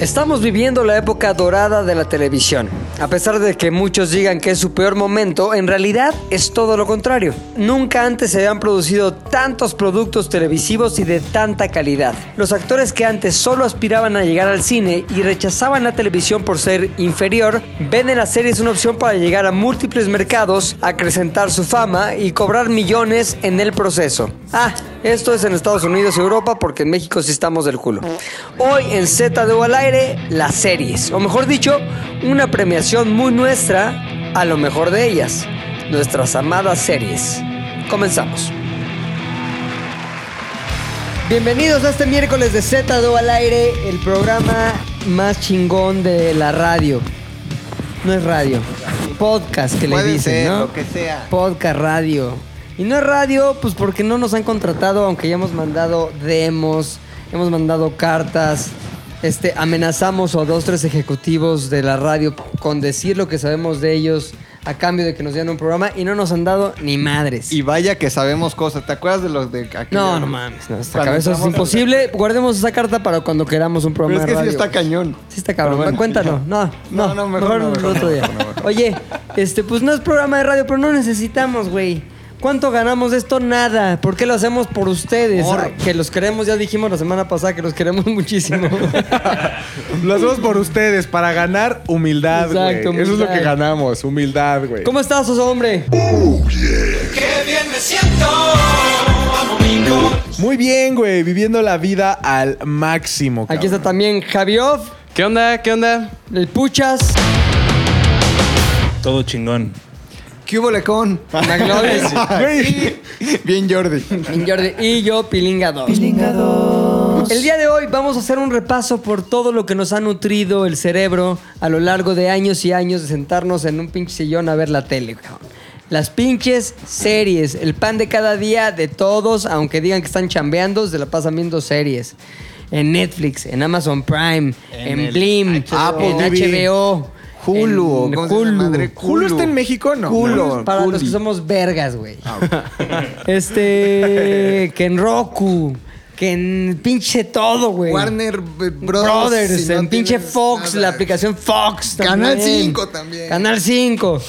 Estamos viviendo la época dorada de la televisión. A pesar de que muchos digan que es su peor momento, en realidad es todo lo contrario. Nunca antes se habían producido tantos productos televisivos y de tanta calidad. Los actores que antes solo aspiraban a llegar al cine y rechazaban la televisión por ser inferior, ven en las series una opción para llegar a múltiples mercados, acrecentar su fama y cobrar millones en el proceso. Ah, esto es en Estados Unidos y Europa porque en México sí estamos del culo. Hoy en Z de al aire las series, o mejor dicho, una premiación muy nuestra a lo mejor de ellas, nuestras amadas series. Comenzamos. Bienvenidos a este miércoles de Z2 al aire, el programa más chingón de la radio. No es radio, podcast que le Puede dicen, ser, ¿no? lo que sea. Podcast radio. Y no es radio, pues porque no nos han contratado, aunque ya hemos mandado demos, hemos mandado cartas. Este, amenazamos a dos, tres ejecutivos de la radio con decir lo que sabemos de ellos a cambio de que nos dieran un programa y no nos han dado ni madres. Y vaya que sabemos cosas. ¿Te acuerdas de los de aquí? no, no mames, no, esta Cuando cabeza es entramos- imposible. Guardemos esa carta para cuando queramos un Pero programa es que de sí radio. está cañón. Sí está cabrón, Pero bueno. cuéntalo. No, no, No, no, mejor no, mejor otro no, día. mejor no, mejor no. Oye, este, pues no es programa de radio, pero no necesitamos, güey. ¿Cuánto ganamos de esto? Nada. ¿Por qué lo hacemos por ustedes? Por- Ah, Que los queremos, ya dijimos la semana pasada que los queremos muchísimo. Lo hacemos por ustedes, para ganar humildad, güey. Exacto, Eso es lo humildad. que ganamos, humildad, güey. ¿Cómo estás, oso hombre? Muy bien, güey, viviendo la vida al máximo, Aquí cabrón. está también Javioff, ¿Qué onda? ¿Qué onda? el Puchas, Todo chingón. ¿Qué hubo, Lecón? McLovin, Güey, Bien, Jordi. Min Jordi y yo, Pilinga 2. El día de hoy vamos a hacer un repaso por todo lo que nos ha nutrido el cerebro a lo largo de años y años de sentarnos en un pinche sillón a ver la tele, cabrón. Las pinches series, el pan de cada día de todos, aunque digan que están chambeando, se la pasan viendo series. En Netflix, en Amazon Prime, en, En el Blim, HBO. en TV, HBO, Hulu, en ¿cómo se llama, madre? ¿Julio está en México? No. Culo. para los que Juli. somos vergas, güey. Este. Que en Roku. Que en pinche todo, güey. Warner B- Bros. Brothers. si no en pinche tienes Fox. nada. La aplicación Fox. también. Canal 5 también. Canal 5.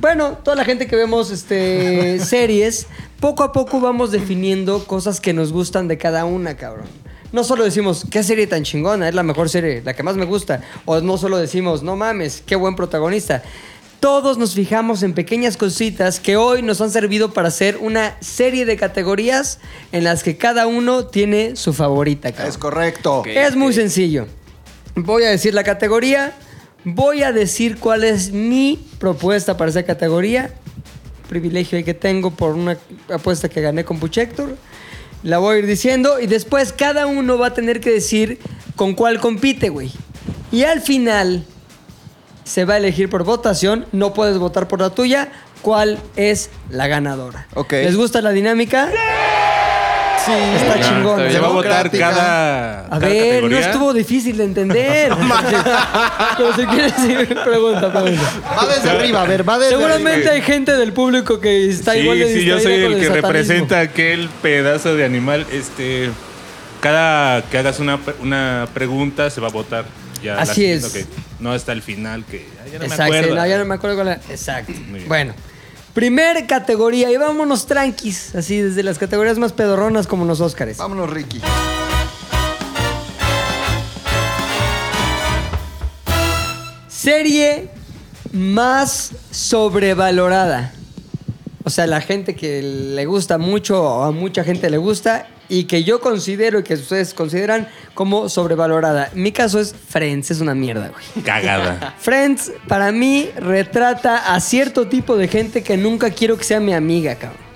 Bueno, toda la gente que vemos este, series, poco a poco vamos definiendo cosas que nos gustan de cada una, cabrón. No solo decimos, qué serie tan chingona, es la mejor serie, la que más me gusta. O no solo decimos, no mames, qué buen protagonista. Todos nos fijamos en pequeñas cositas que hoy nos han servido para hacer una serie de categorías en las que cada uno tiene su favorita, cabrón. Es correcto. Es muy sencillo. Voy a decir la categoría. Voy a decir cuál es mi propuesta para esa categoría. Privilegio ahí que tengo por una apuesta que gané con Puchector. La voy a ir diciendo y después cada uno va a tener que decir con cuál compite, güey. Y al final se va a elegir por votación. No puedes votar por la tuya. ¿Cuál es la ganadora? Ok. ¿Les gusta la dinámica? Sí. Está Claro, chingón. está ¿no? bien. Se va a votar Democrática. cada. A cada ver, categoría. no estuvo difícil de entender. Pero si quieres, sí, pregunta, pregunta. Va desde arriba, a ver, va desde Seguramente arriba. hay gente del público que está eh, Sí, igual de sí, yo soy distraída el, con que satanismo. representa aquel pedazo de animal. Este. Cada que hagas una, una pregunta se va a votar. Ya la Así siguiente, es. ok. no hasta el final, que ay, ya no Exacto, me sí, acuerdo. no, ya no me acuerdo con la. Exacto. Muy bien. Bueno, primer categoría, y vámonos tranquis, así desde las categorías más pedorronas como los Óscares. Vámonos, Ricky. Serie más sobrevalorada. O sea, la gente que le gusta mucho o a mucha gente le gusta y que yo considero y que ustedes consideran como sobrevalorada. Mi caso es Friends, es una mierda, güey. Cagada. Friends para mí retrata a cierto tipo de gente que nunca quiero que sea mi amiga, cabrón.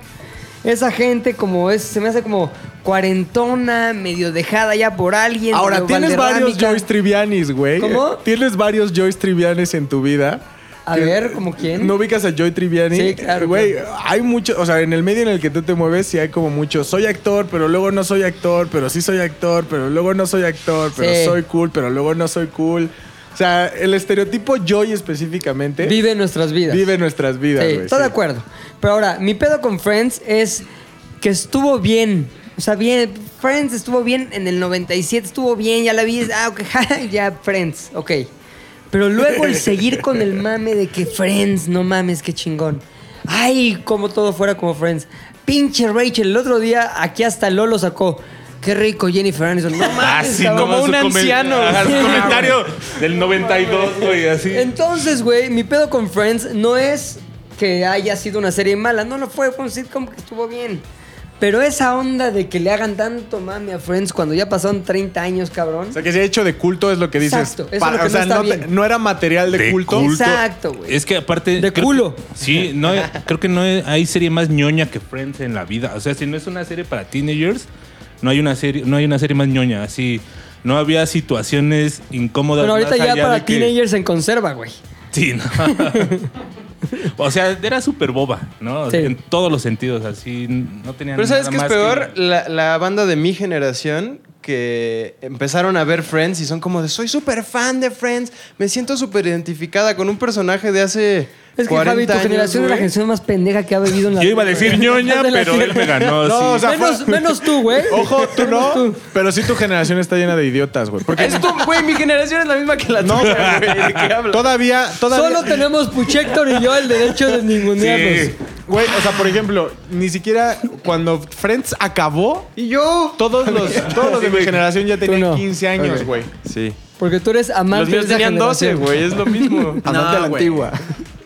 Esa gente como es, se me hace como cuarentona, medio dejada ya por alguien. Ahora, medio tienes varios valderrámica. Joyce Trivianis, güey. Eh, ¿Cómo? Tienes varios Joyce Trivianis en tu vida. A Que- ver, ¿como quién? ¿No ubicas a Joy Triviani? Sí, claro, Güey, hay mucho, o sea, en el medio en el que tú te mueves sí hay como mucho, soy actor, pero luego no soy actor, pero sí soy actor, pero luego no soy actor, pero Sí. soy cool, pero luego no soy cool. O sea, el estereotipo Joy específicamente vive, Vive nuestras vidas. nuestras vidas, Sí, güey. estoy de acuerdo. Pero ahora, mi pedo con Friends es que estuvo bien. O sea, bien. Friends estuvo bien, en el 97 estuvo bien, ya la vi, ah, ok, ja, ya Friends, ok. Pero luego el seguir con el mame de que Friends, no mames, qué chingón. Ay, como todo fuera como Friends. Pinche Rachel, el otro día aquí hasta Lolo sacó. Qué rico Jennifer Aniston. No mames, Así cabrón. como un anciano. comentario del 92, güey, así. Entonces, güey, mi pedo con Friends no es que haya sido una serie mala. No lo fue, fue un sitcom que estuvo bien. Pero esa onda de que le hagan tanto mame a Friends cuando ya pasaron 30 años, cabrón. O sea, que se ha hecho de culto es lo que dices. Exacto, eso es lo que o sea, no está no, te- bien. no era material de, culto. Exacto, güey. Es que aparte. De creo culo. que- sí, no, creo que no hay serie más ñoña que Friends en la vida. O sea, si no es una serie para teenagers, no hay una serie, no hay una serie más ñoña. Así, no había situaciones incómodas. Pero ahorita más ya allá para de que- teenagers en conserva, güey. Sí, no. o sea, era súper boba, ¿no? Sí. En todos los sentidos, así. No tenían Pero nada ¿sabes qué es más peor? que- La, la banda de mi generación que empezaron a ver Friends y son como de soy súper fan de Friends, me siento súper identificada con un personaje de hace Es que 40 Javi, tu años, generación es la güey". generación más pendeja que ha vivido en la Yo iba a vida, decir güey. ñoña, De la pero él me ganó. No, sí. o sea, Menos, menos tú, güey. Ojo, tú no. Pero sí tu generación está llena de idiotas, güey. Porque Es tu- güey, mi generación es la misma que la No, tuya, güey. ¿De qué hablas? todavía, todavía. Solo tenemos Puchector y yo el derecho de ningunearnos. Sí. Güey, o sea, por ejemplo, ni siquiera cuando Friends acabó, Y yo. todos los, todos los de mi generación ya tenían no. 15 años, güey. Sí. Porque tú eres amante Los míos de esa tenían 12, generación. güey, es lo mismo. Amante a la güey. antigua.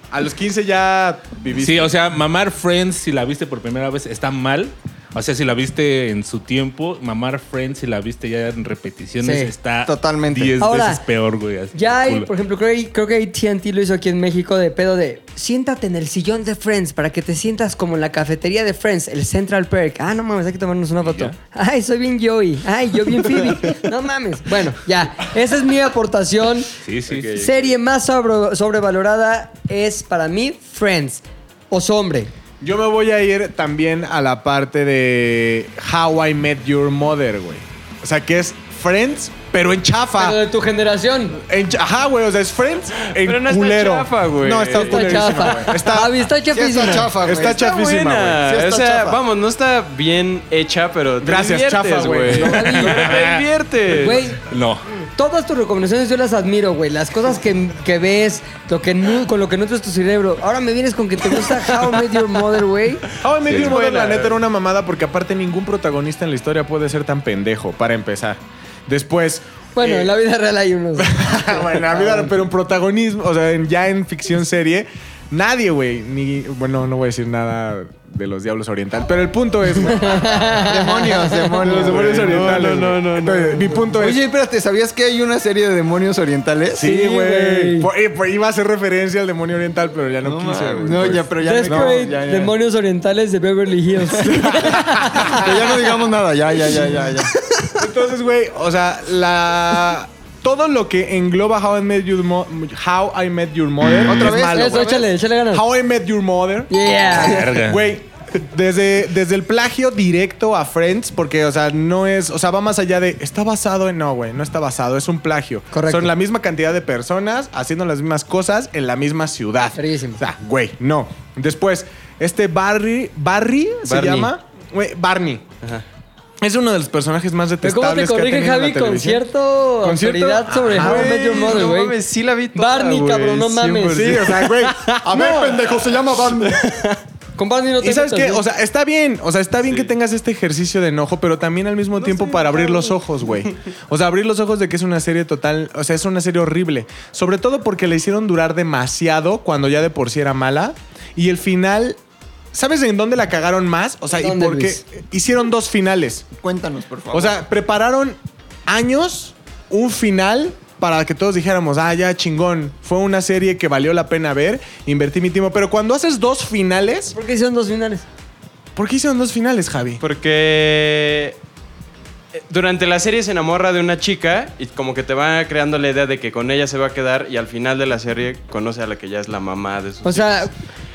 A los 15 ya viviste. Sí, o sea, mamar Friends si la viste por primera vez está mal. O sea, si la viste en su tiempo, mamar Friends si la viste ya en repeticiones Sí, está totalmente. 10 Ahora, veces peor, güey. así, Ya hay, culo. por ejemplo, creo, que- creo que AT&T lo hizo aquí en México de pedo de siéntate en el sillón de Friends para que te sientas como en la cafetería de Friends, el Central Perk. Ah, no mames, hay que tomarnos una foto. ya? Ay, soy bien Joey. Ay, yo bien Phoebe. No mames. Bueno, ya. Esa es mi aportación. Sí, sí. Serie más sobre- sobrevalorada es para mí Friends. O Hombre. Yo me voy a ir también a la parte de How I Met Your Mother, güey. O sea, que es Friends, pero en chafa. Pero de tu generación. En cha- Ajá, güey, o sea, es Friends en Pero no está culero. chafa, güey. No, está Está Está culerísima, chafa. güey. Está, Javi, está Sí chafísima. está chafa, güey. Está Está chafísima, buena. güey. Sí o está sea, chafa. vamos, no está bien hecha, pero te Gracias, diviertes, chafa, güey. No, te diviertes. Güey, No. Todas tus recomendaciones yo las admiro, güey. Las cosas que, que ves, lo que nu- con lo que nutres tu cerebro. Ahora me vienes con que te gusta How I Met Your Mother, güey. How I Met Sí, Your es Mother, buena, la neta, güey. era una mamada porque aparte ningún protagonista en la historia puede ser tan pendejo, para empezar. Después... Bueno, eh, en la vida real hay unos. bueno, la vida, pero en protagonismo, o sea, en- ya en ficción serie, nadie, güey, ni... Bueno, no voy a decir nada de los diablos oriental, pero el punto es, güey, Demonios, demonios. los demonios güey. orientales. No, no, no, Mi punto es... Oye, espérate, ¿sabías que hay una serie de demonios orientales? Sí, güey. güey. Por- eh, por- Iba a hacer referencia al demonio oriental, pero ya no, No, quise, mames. güey. No, Pues, ya, pero ya no, Desperate no, ya, ya. Demonios Orientales de Beverly Hills. Pero ya no digamos nada, ya, ya, ya, ya, ya. Entonces, güey, o sea, la... Todo lo que engloba How I Met Your, Mo- How I Met Your Mother Mm. ¿Otra es vez? malo, Eso, güey. échale, échale ganas. How Ah, I Met Your Mother. Yeah. Verga. Güey, desde, desde el plagio directo a Friends, porque, o sea, no es. O sea, va más allá de. Está basado en. No, güey, no está basado, es un plagio. Correcto. Son la misma cantidad de personas haciendo las mismas cosas en la misma ciudad. Verguísimo. O sea, güey, no. Después, este Barry. ¿Barry se Barney. llama? Güey, Barney. Es uno de los personajes más Pero ¿Cómo te detestables que ha corrige tenido la Javi con televisión. cierta ¿Con cierto? autoridad sobre Ajá, How I güey, Met Your Mother, no güey? mames, sí la vi toda, Barney, güey, cabrón, no mames. 100%. Pues Sí, o sea, güey. A ver, pendejo, se llama Barney. Con Barney no te Y sabes metas, qué, güey. o sea, está bien, o sea, está bien que tengas este ejercicio de enojo, pero también al mismo tiempo para abrir los ojos, güey. O sea, abrir los ojos de que es una serie total, o sea, es una serie horrible, sobre todo porque la hicieron durar demasiado cuando ya de por sí era mala y el final ¿Sabes en dónde la cagaron más? O sea, y ¿Dónde, por qué Luis? hicieron dos finales. Cuéntanos, por favor. O sea, prepararon años un final para que todos dijéramos, ah, ya chingón, fue una serie que valió la pena ver, invertí mi tiempo, pero cuando haces dos finales, ¿Por qué hicieron dos finales? ¿Por qué hicieron dos finales, Javi? Porque eh, durante la serie se enamorra de una chica y como que te va creando la idea de que con ella se va a quedar y al final de la serie conoce a la que ya es la mamá de sus O sea,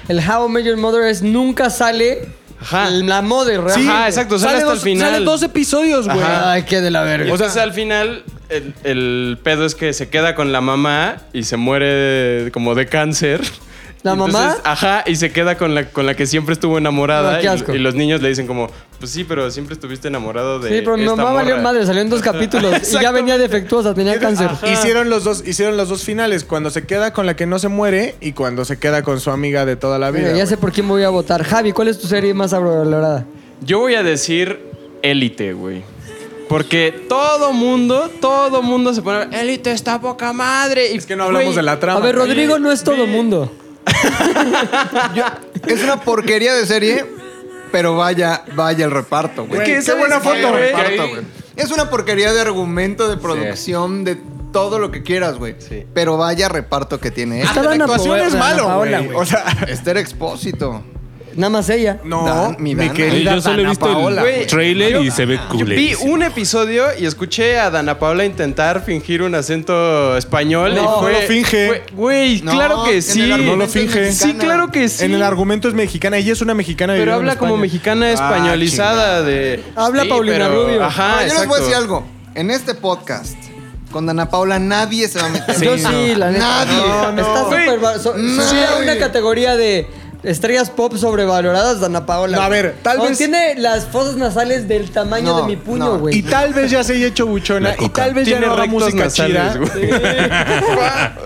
el How I Met Your Mother es nunca sale Ajá. la mother, hijos. realmente. Ajá, exacto, sale, hasta el final. Sale dos episodios, güey. Ajá. Ay, qué de la verga. O sea, al final el, el pedo es que se queda con la mamá y se muere como de cáncer. ¿La Entonces, mamá? Ajá, y se queda con la, con la que siempre estuvo enamorada. No, qué y- asco. y, los niños le dicen como, pues sí, pero siempre estuviste enamorado de Sí, pero mi esta mamá morra". valió madre, salió en dos capítulos y ya Exacto. venía defectuosa, tenía cáncer. Ah. Hicieron los, dos, hicieron los dos finales. Cuando se queda con la que no se muere y cuando se queda con su amiga de toda la vida. Mira, Eh, ya güey. sé por quién voy a votar. Javi, ¿cuál es tu serie más sobrevalorada? Yo voy a decir élite, güey. Porque todo mundo, todo mundo se pone, a ver, élite está poca madre. Y, Es que no hablamos güey, de la A trama. ver, Rodrigo no es todo mundo. Es una porquería de serie, pero vaya, vaya el reparto, güey. Es que Qué esa buena es que, foto, güey, el reparto, ahí- güey. Es una porquería de argumento, de producción, de todo lo que quieras, güey. Sí. Pero vaya reparto que tiene. Está Ah, la Dana actuación Paola, es Dana malo, Paola, güey. güey. O sea, Esther Expósito. Nada más ella. No, Dan- mi mi, Dana. Oye, querida. yo solo he Dana visto Paola, el güey. trailer Yo- y se ve Yo vi culerísimo. un episodio y escuché a Dana Paula intentar fingir un acento español. No, y fue, no lo finge. fue- Güey, No, claro en que el sí. argumento No lo es finge. Sí, mexicana. claro que sí. En el argumento es mexicana. Ella es una mexicana. Pero viviendo en habla como España. mexicana Ah, españolizada de. Habla Paulina Rubio. Ajá, No, Ah, yo les voy a Ah, exacto. decir algo. En este podcast, con Ana Paula, nadie se va a meter. Yo sí, la neta. Nadie. No, no. Está Güey. súper va- so- Si hubiera una categoría de estrellas pop sobrevaloradas, Dana Paola. No, a güey. ver, tal O vez- Tiene las fosas nasales del tamaño No, de mi puño, no. Y güey. tal vez ya se haya hecho buchona. Pues, La Y coca. tal vez ya Tiene no haga rectos música chida. nasales, güey.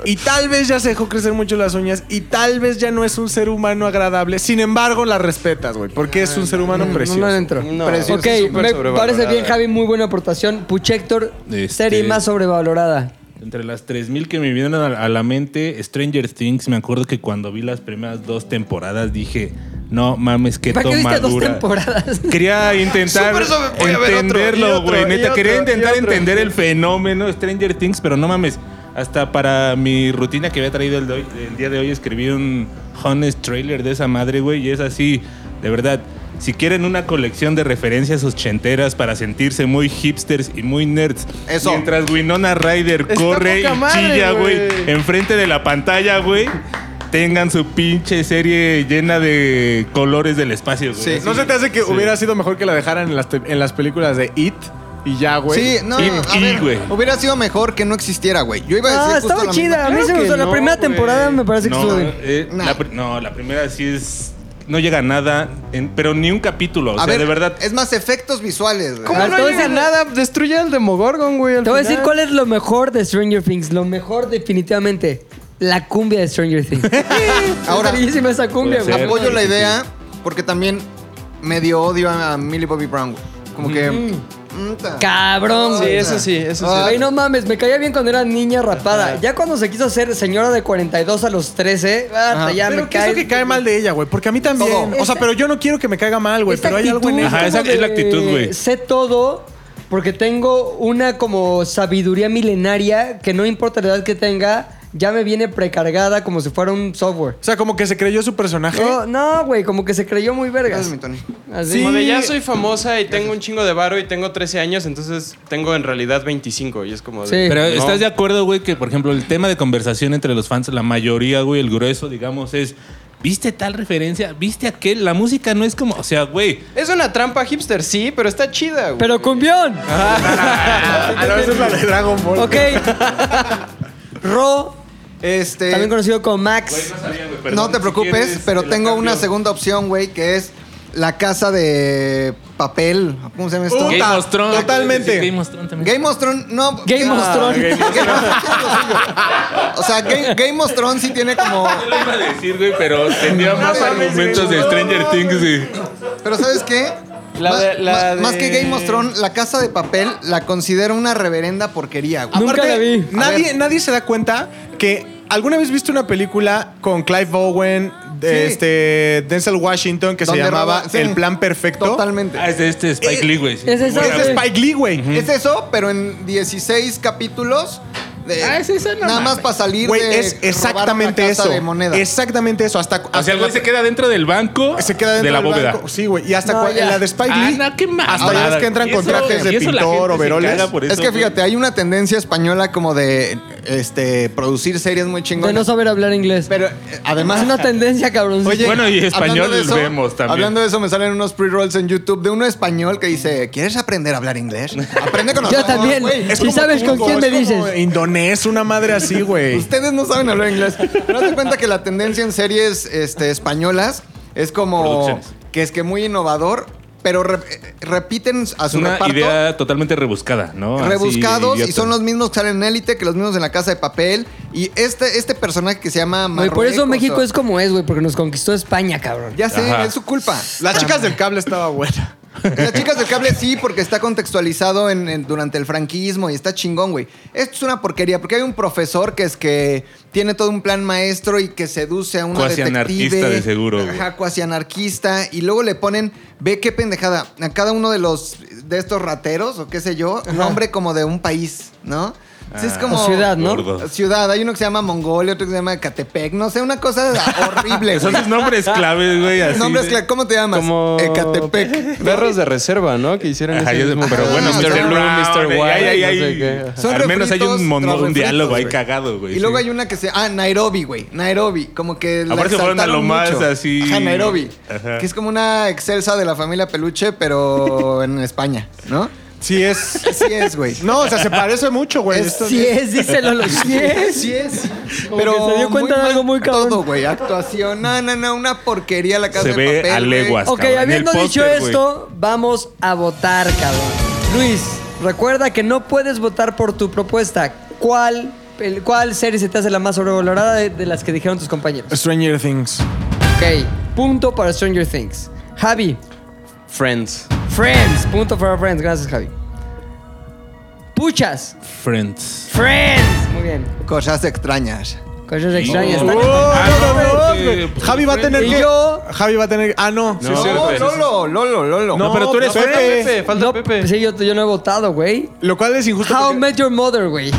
Y tal vez ya se dejó crecer mucho las uñas y tal vez ya no es un ser humano agradable. Sin embargo, la respetas, güey, porque es un ser humano precioso. No, no entro. No, Precioso, ok, súper me sobrevalorada. parece bien, Javi. Muy buena aportación. Puchector, Este- serie más sobrevalorada. Entre las 3.000 que me vienen a la, a la mente, Stranger Things, me acuerdo que cuando vi las primeras dos temporadas dije, no mames, qué ¿Para qué viste dos tomadura. temporadas? Quería intentar Súper sobre- voy a ver otro, y entenderlo, otro, güey. y Neta, otro, quería y intentar otro. entender el fenómeno Stranger Things, pero no mames. Hasta para mi rutina que había traído el, de hoy- el día de hoy, escribí un honest trailer de esa madre, güey. Y es así, de verdad. Si quieren una colección de referencias ochenteras para sentirse muy hipsters y muy nerds, Eso. mientras Winona Ryder Está corre y poca madre, chilla, güey, güey. enfrente de la pantalla, güey, tengan su pinche serie llena de colores del espacio, güey. Sí. Así, ¿No se te hace que sí. hubiera sido mejor que la dejaran en las, te- en las películas de It y ya, güey? Sí, no, Y- a y, ver, güey. hubiera sido mejor que no existiera, güey. Yo iba a decir Ah, justo estaba lo chida. A mí Claro se me que gustó. La no, primera güey. temporada me parece que estuvo No, bien. eh, Nah. la, pri- no, la primera sí es. No llega a nada, en- pero ni un capítulo. O mismo. A sea, ver, de verdad. Es más, efectos visuales, güey. A ¿Cómo ver, Ah, te no voy a llega decir- nada? Ah, pues, Destruye al Demogorgon, güey. al Te voy a decir final. cuál es lo mejor de Stranger Things. Lo mejor, definitivamente, la cumbia de Stranger Things. Ahora- Ahora. Bellísima esa cumbia, Puede güey. ser. Apoyo la Sí, sí, idea porque también medio odio a Millie Bobby Brown, güey. Como que... mm, ta. Ah, Cabrón, Sí, güey. eso sí, eso sí. Ay, no mames, me caía bien cuando era niña rapada. Ya cuando se quiso hacer señora de 42 a los 13, bata, Ajá. ya pero me ¿qué es cae. lo que cae mal de ella, güey? Porque a mí también. Todo. O sea, pero yo no quiero que me caiga mal, güey. Esta Pero hay algo en actitud ella. Ajá, esa como es la de, actitud, güey. Sé todo porque tengo una como sabiduría milenaria que no importa la edad que tenga, ya me viene precargada como si fuera un software. O sea, como que se creyó su personaje. No, no, güey, como que se creyó muy vergas. Gracias, mi Tony. Así. Como de ya soy famosa y tengo un chingo de varo y tengo 13 años, entonces tengo en realidad 25 y es como de- Sí. Pero No. estás de acuerdo, güey, que por ejemplo el tema de conversación entre los fans, la mayoría, güey, el grueso, digamos, es. ¿Viste tal referencia? ¿Viste aquel? La música no es como. O sea, güey. Es una trampa hipster, sí, pero está chida, güey. Pero cumbión. Pero Ah, esa es la de Dragon Ball. Ok. Ro, Este... también conocido como Max. no te preocupes, pero tengo una segunda. segunda opción, güey, que es la casa de papel. ¿Cómo se llama esto? Puta, Game of Thrones. totalmente. Sí, Game of Thrones también. Game of Thrones, no. Game of Ah, Thrones. Game of Thrones es lo suyo. O sea, Game, Game of Thrones sí tiene como. Yo lo iba a decir, güey, pero tenía No más mames, argumentos güey. de Stranger No, Things. y- Pero ¿sabes qué? La Más- de- la más, de- más que Game of Thrones, la casa de papel la considero una reverenda porquería, güey. Nunca la vi. Nadie, nadie se da cuenta que alguna vez viste una película con Clive Owen, de Sí. este Denzel Washington, que se Donde llamaba roba- sí. El Plan Perfecto. Totalmente. Ah, es de este Spike Lee, güey. sí. es esa, Güey, güey. Es Spike Lee, güey. Es eso, pero en 16 capítulos. de- Ah, es eso, no Nada más mames. para salir Güey, de es robar exactamente una casa eso. de moneda. Exactamente eso. Hasta, O hasta sea, el güey la- se queda dentro del banco se queda dentro de la del bóveda. banco. Sí, güey. Y hasta No, cua- ya. en la de Spike Ah, Lee. no, qué mal. hasta ya ves que entran Y con eso- trajes de y eso la pintor, gente se overoles. caga por es eso, que güey. fíjate, hay una tendencia española como de este, producir series muy De chingonas. no saber hablar inglés. Pero eh, además. es una tendencia, cabrón. Oye, Bueno, y español hablando de eso- vemos también. Hablando de eso, me salen unos pre-rolls en YouTube de uno español que dice: ¿Quieres aprender a hablar inglés? Aprende con Yo nosotros. también. güey. ¿Y sabes con quién me dices? Pues, Indonés, una madre así, güey. Ustedes no saben hablar inglés. Pero haz de cuenta que la tendencia en series este, españolas es como Producciones. que es que muy innovador, pero re- repiten a Es su una reparto idea totalmente rebuscada, ¿no? Así, rebuscados y idiota. son los mismos que salen en élite que los mismos en la casa de papel. Y este, este personaje que se llama Güey, por eso Marruecos, México o- es como es, güey, porque nos conquistó España, cabrón. Ya sé, Ajá. es su culpa. ah. Las chicas del cable estaba buena. Las chicas del cable sí, porque está contextualizado en, en- durante el franquismo y está chingón, güey. Esto es una porquería, porque hay un profesor que es que tiene todo un plan maestro y que seduce a una Cuasi detective. anarquista de seguro, güey. Ajá, cuasi anarquista. Y luego le ponen, ve qué pendejada, a cada uno de los de estos rateros, o qué sé yo, nombre como de un país, ¿no? Entonces es Ah, como... O ciudad, ¿no? gordo. Ciudad, hay uno que se llama Mongolia, otro que se llama Catepec, no sé, una cosa horrible. Son güey. sus nombres claves, güey. así Nombres, de- cla- ¿cómo te llamas? Como Ecatepec. perros de reserva, ¿no? Que hicieron Ajá, ese yo- mismo- pero bueno, Ah, Mr. son- Brown, Mr. White, ay, ay, no ay. sé qué. Son Al menos hay refritos un, mon- tras un refritos, diálogo ahí güey. cagado, güey. Y luego Pues sí. hay una que se. Ah, Nairobi, güey. Nairobi. Como que. la Aparte se fueron a lo exaltaron más mucho. así- Ajá, Nairobi. Ajá. Que es como una excelsa de la familia Peluche, pero en España, ¿no? Sí es. Así es, güey. No, o sea, se parece mucho, güey. Es- Esto- Sí es, díselo, lo- sí es. Sí es. Como que se dio cuenta de mal algo muy cabrón. Todo, güey. Actuación. No, no, no. Una porquería la casa Se de ve papel, a güey. leguas. Ok, cabrón, en el habiendo dicho póster, güey. esto, vamos a votar, cabrón. Luis, recuerda que no puedes votar por tu propuesta. ¿Cuál, el- cuál serie se te hace la más sobrevalorada de, de las que dijeron tus compañeros? Stranger Things. Ok, punto para Stranger Things. Javi, Friends. Friends, punto para Friends. Gracias, Javi. Puchas, Friends. Friends. Muy bien. Cosas extrañas. Cosas extrañas. No. Oh, ¿no? Ah, no, no, güey. eh, pues, Javi va a tener y que. yo- Javi va a tener. Ah, no. No, No, pero- Lolo, Lolo, Lolo. No, pero tú eres Falta Pepe. Pepe, falta No, Pepe. Sí, yo, yo no he votado, güey. Lo cual es injusto. How I porque- Met Your Mother, güey.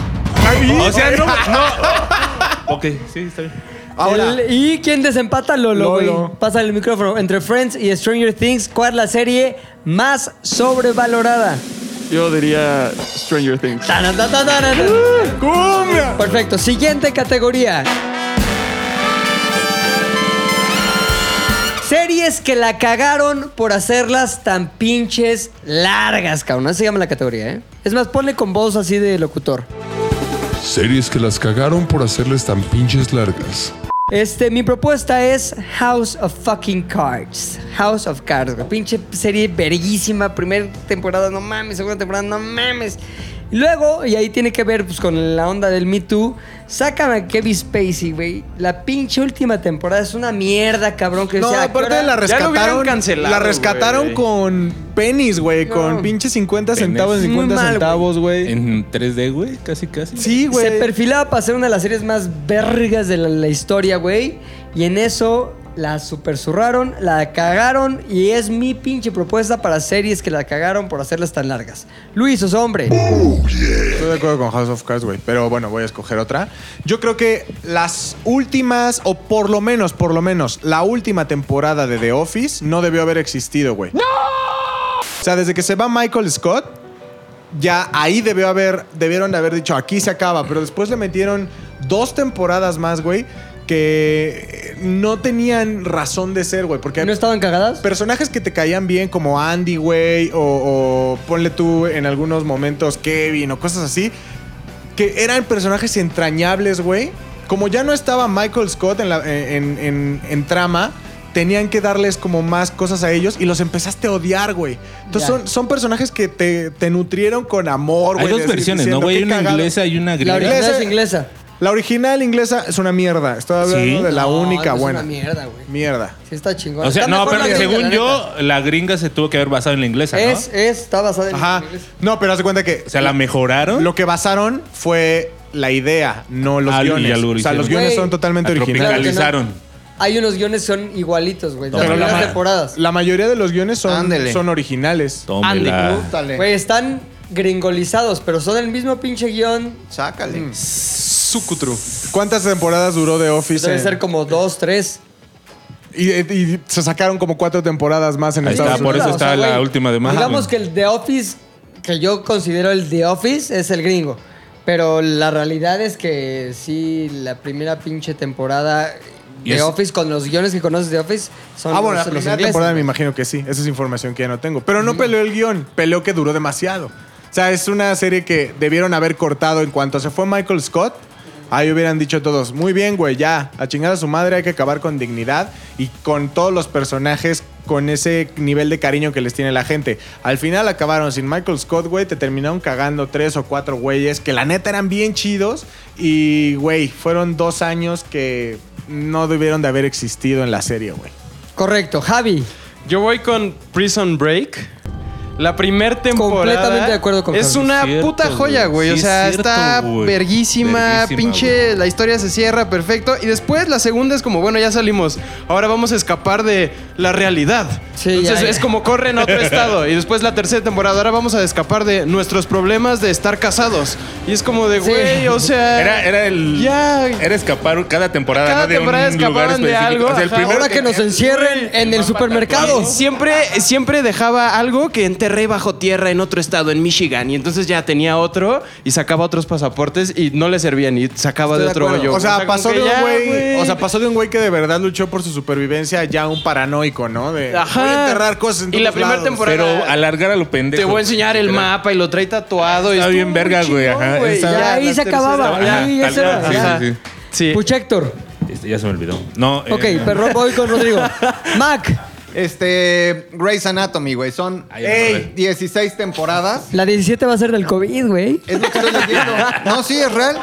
O sea, no. no. ok, sí, está bien. Ahora. El- ¿Y quién desempata Lolo, güey? Lolo. Pasa el micrófono. Entre Friends y Stranger Things, ¿cuál es la serie más sobrevalorada? Yo diría Stranger Things. Taran, tan, tan, taran, tan. ¡Cumbia! Perfecto. Siguiente categoría. Series que la cagaron por hacerlas tan pinches largas, cabrón. Así se llama la categoría, ¿eh? Es más, ponle con voz así de locutor. Series que las cagaron por hacerles tan pinches largas. Este, mi propuesta es House of Fucking Cards. House of Cards, güey. Pinche serie verguísima. Primera temporada, no mames. Segunda temporada, no mames. Y Luego, y ahí tiene que ver pues, con la onda del Me Too, sacan a Kevin Spacey, güey. La pinche última temporada es una mierda, cabrón. Que No, o sea, ¿a qué aparte hora? la Ya lo hubieran rescataron. cancelado, la rescataron güey. con penis, güey. Con pinche 50 centavos, Penis. 50 Muy mal, centavos, güey. En 3D, güey, casi, casi. Sí, Se güey. perfilaba para ser una de las series más vergas de la, la historia, güey. Y en eso la supersurraron, la cagaron. Y es mi pinche propuesta para series que la cagaron por hacerlas tan largas. Luis, os hombre. Estoy de acuerdo con House of Cards, güey. Pero bueno, voy a escoger otra. Yo creo que las últimas, o por lo menos, por lo menos, la última temporada de The Office no debió haber existido, güey. ¡No! O sea, desde que se va Michael Scott, ya ahí debió haber, debieron de haber dicho, aquí se acaba. Pero después le metieron dos temporadas más, güey, que eh, no tenían razón de ser, güey. Porque ¿No estaban cagadas? personajes que te caían bien como Andy, güey, o, o ponle tú en algunos momentos Kevin o cosas así, que eran personajes entrañables, güey. Como ya no estaba Michael Scott en, la- en- en- en trama, tenían que darles como más cosas a ellos y los empezaste a odiar, güey. Entonces Ya. son, son personajes que te, te nutrieron con amor, Hay güey. dos de- versiones, diciendo, ¿no, güey? Hay "Qué una cagado". inglesa y una La griega. original Inglesa. es inglesa. La original inglesa es una mierda. Estoy hablando ¿Sí? de la No, única no buena. Es una mierda, güey. Mierda. Sí está chingón. O sea, Está no, mejor pero la gringa, según la yo, la gringa se tuvo que haber basado en la inglesa, neta. ¿no? Es, es, está basada en Ajá. No, pero haz de cuenta que O sea, la mejoraron. Lo que basaron fue la idea, no los Ah, y guiones. ya lo O sea, los hicieron. guiones Güey. son totalmente La originales. Claro que no. Legalizaron. Hay unos guiones que son igualitos, güey. de Las Pero la primeras ma- temporadas. La mayoría de los guiones son, Ándele. son originales. Tómela. Púntale. Güey, están gringolizados, pero son el mismo pinche guión. Sácale. Sucutru. ¿Cuántas temporadas duró The Office? Debe en- ser como dos, tres. y, y se sacaron como cuatro temporadas más en Ahí Estados está, por Unidos. eso O sea, está la güey, última de más. Digamos que el The Office, que yo considero el The Office, es el gringo. Pero la realidad es que sí, la primera pinche temporada Y de es- Office, con los guiones que conoces de Office, son Ah, bueno, la los, los primera ingleses. temporada me imagino que sí. Esa es información que ya no tengo. Pero no peleó el guión, peleó que duró demasiado. O sea, es una serie que debieron haber cortado en cuanto se fue Michael Scott. Ahí hubieran dicho todos, muy bien, güey, ya, a chingar a su madre, hay que acabar con dignidad y con todos los personajes con ese nivel de cariño que les tiene la gente. Al final acabaron sin Michael Scott, güey, te terminaron cagando tres o cuatro güeyes que la neta eran bien chidos y, güey, fueron dos años que no debieron de haber existido en la serie, güey. Correcto, Javi. Yo voy con Prison Break. La primer temporada. Completamente de acuerdo con Es Carlos. una Cierto, puta joya, güey. güey. o Sí, sea, es cierto, está güey. verguísima. Verguísima, pinche. La historia se cierra perfecto. Y después la segunda es como, bueno, ya salimos. Ahora vamos a escapar de la realidad. Sí, Entonces ya, ya. es como corren a otro estado. Y después la tercera temporada. Ahora vamos a escapar de nuestros problemas de estar casados. Y es como de, Sí. güey, o sea. Era, era el. Ya. Era escapar cada temporada. Cada ¿no? de temporada un lugar escapaban de específico. algo, O sea, el ajá. primero Ahora que nos encierren en el supermercado. Y Siempre, siempre dejaba algo que enterré bajo tierra en otro estado, en Michigan. Y entonces ya tenía otro y sacaba otros pasaportes y no le servían y sacaba Estoy de de otro acuerdo. hoyo. O sea, como pasó que de un ya, güey. O sea, pasó de un güey que de verdad luchó por su supervivencia ya a un paranoico, ¿no? De Ajá. voy a enterrar cosas en Y la todos primera lados. temporada- Pero alargar a lo pendejo. te voy a enseñar el Literal. mapa y lo trae tatuado. y Está estuvo bien muy verga, güey, chingón, ajá. Está- Ya, Ya, ahí la se tercera, acababa. ya. Ahí Ajá, ya se tal va. cual, sí, ya. sí, sí. Sí. Pucha, Héctor. Este, ya se me olvidó. No. Ok, eh, perro, voy con Rodrigo. Mac, Este, Grey's Anatomy, güey. Son Ahí me acordé. 16 temporadas. la 17 va a ser del COVID, güey. Es lo que estoy leyendo. No, sí, es real.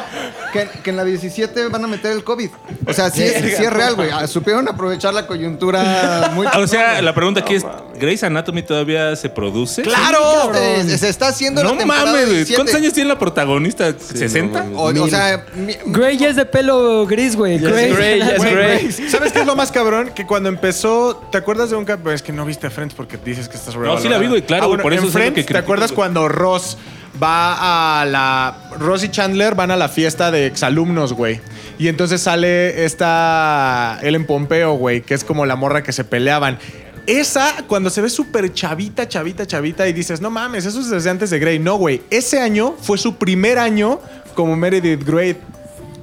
Que, que en la 17 van a meter el COVID. O sea, sí, es- sí es real, güey. Ah, Supieron aprovechar la coyuntura muy... ah, O Ah, sea, la pregunta aquí es: ¿Grey's Anatomy todavía se produce? ¡Claro! Se, se está haciendo la No temporada mames, güey. 17. ¿Cuántos años tiene la protagonista? ¿60? O, o sea, mi- Grey ya es de pelo gris, güey. Grey. Grey, ya es Güey, Grey. ¿Sabes qué es lo más cabrón? Que cuando empezó, ¿te acuerdas de un cap? Es que no viste Friends porque dices que estás Ah, sí la vi, güey, claro, güey, por eso en es lo que Friends, ¿te critico, acuerdas güey. cuando Ross va a la Ross y Chandler van a la fiesta de exalumnos, güey? Y entonces sale esta Ellen Pompeo, güey, que es como la morra que se peleaban. Esa, cuando se ve súper chavita, chavita, chavita, y dices, no mames, eso es desde antes de Grey. No, güey. Ese año fue su primer año como Meredith Grey.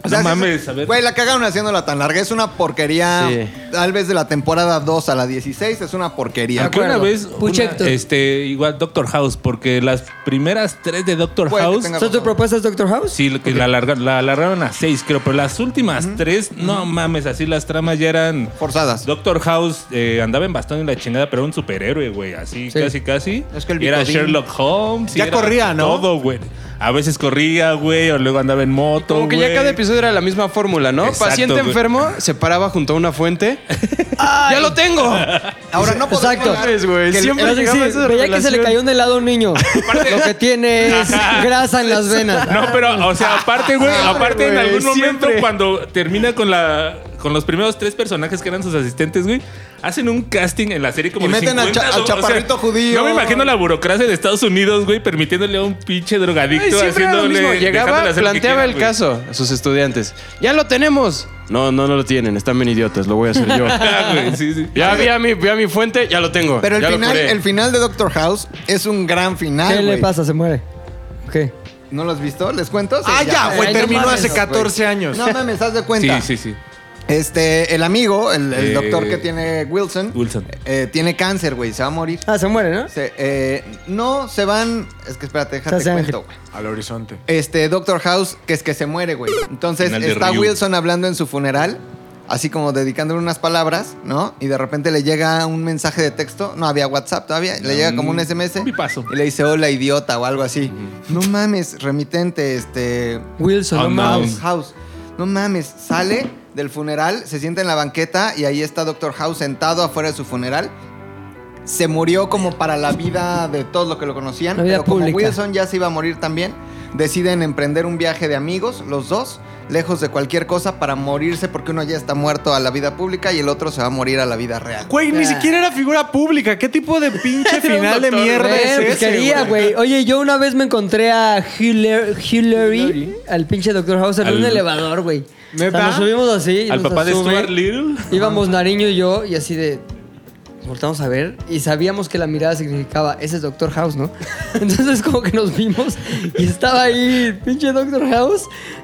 o sea, no sí, mames, a ver. Güey, la cagaron haciéndola tan larga. Es una porquería. Sí. Tal vez de la temporada 2 a la 16 es una porquería. Aunque una acuerdo. vez, Pucha, una, Héctor. este, igual Doctor House, porque las primeras tres de Doctor Puede que House, tenga- ¿Son tus propuestas, Doctor House? sí, que la, alarga- la alargaron a seis, creo, pero las últimas tres, no mames, así las tramas ya eran. Forzadas. Doctor House eh, andaba en bastón y la chingada, pero era un superhéroe, güey, así, Sí. casi, casi. Es que el Y era Bicodín. Sherlock Holmes. y Ya era corría, ¿no? Todo, güey. A veces corría, güey, o luego andaba en moto. Como que ya güey. cada episodio era la misma fórmula, ¿no? Exacto, Paciente güey. enfermo se paraba junto a una fuente. ¡Ya lo tengo! Ahora no podemos Exacto. negar Mames, güey, que el- siempre- Era así, llegaba a esa veía que se le relación. cayó un helado a un niño. Lo que tiene es grasa en las venas. No, pero, o sea, aparte, güey, aparte en güey, algún momento siempre. cuando termina con la con los primeros tres personajes que eran sus asistentes, güey, hacen un casting en la serie como Y de meten al 50, cha- al o sea, chaparrito judío. No me imagino la burocracia de Estados Unidos, güey, permitiéndole a un pinche drogadicto Ay, siempre era lo haciéndole mismo. Llegaba, dejándole hacer lo que planteaba quiera, el güey. caso a sus estudiantes. ¡Ya lo tenemos! No, no, no lo tienen. Están bien idiotas. Lo voy a hacer yo. Ah, güey, sí, sí. ya vi a, mi, vi a mi fuente. Ya lo tengo. Pero el ya lo final, curé. el final de Doctor House es un gran final. ¿Qué le güey. pasa? Se muere. Ok. ¿No lo has visto? ¿Les cuento? Sí, Ah, ya, güey, Ay, no terminó mames, hace güey. 14 años. No mames, haz de cuenta. Sí, sí, sí. Este, el amigo, el, el Eh, doctor que tiene Wilson, Wilson. eh, tiene cáncer, güey, se va a morir. Ah, se muere, ¿no? Se- eh, no, se van. Es que espérate, déjate Se hace cuento, ángel. güey. Al horizonte. Este, Doctor House, que es que se muere, güey. Entonces Final de está Ryu. Wilson hablando en su funeral, así como dedicándole unas palabras, ¿no? Y de repente le llega un mensaje de texto. No había WhatsApp todavía. Le llega como un SMS. Mm. Un pipazo. Y le dice, hola, idiota, o algo así. No mames, remitente, este. Wilson, Oh, no no. mames. House, House. No mames, sale del funeral, se sienta en la banqueta y ahí está Doctor House sentado afuera de su funeral. Se murió como para la vida de todos los que lo conocían. La vida pero como pública. Wilson ya se iba a morir también, deciden emprender un viaje de amigos, los dos, lejos de cualquier cosa para morirse porque uno ya está muerto a la vida pública y el otro se va a morir a la vida real. Güey, ni Ah. siquiera era figura pública. ¿Qué tipo de pinche final de mierda Güey, es pues ese? quería, güey. Oye, yo una vez me encontré a Hillary, Hillary al pinche Doctor House en un Al- elevador, güey. O sea, ¿Neta? nos subimos así. y Al nos papá de asume. Stuart Little. Íbamos Nariño y yo y así de... voltamos a ver y sabíamos que la mirada significaba, ese es Doctor House, ¿no? Entonces como que nos vimos y estaba ahí, pinche Doctor House.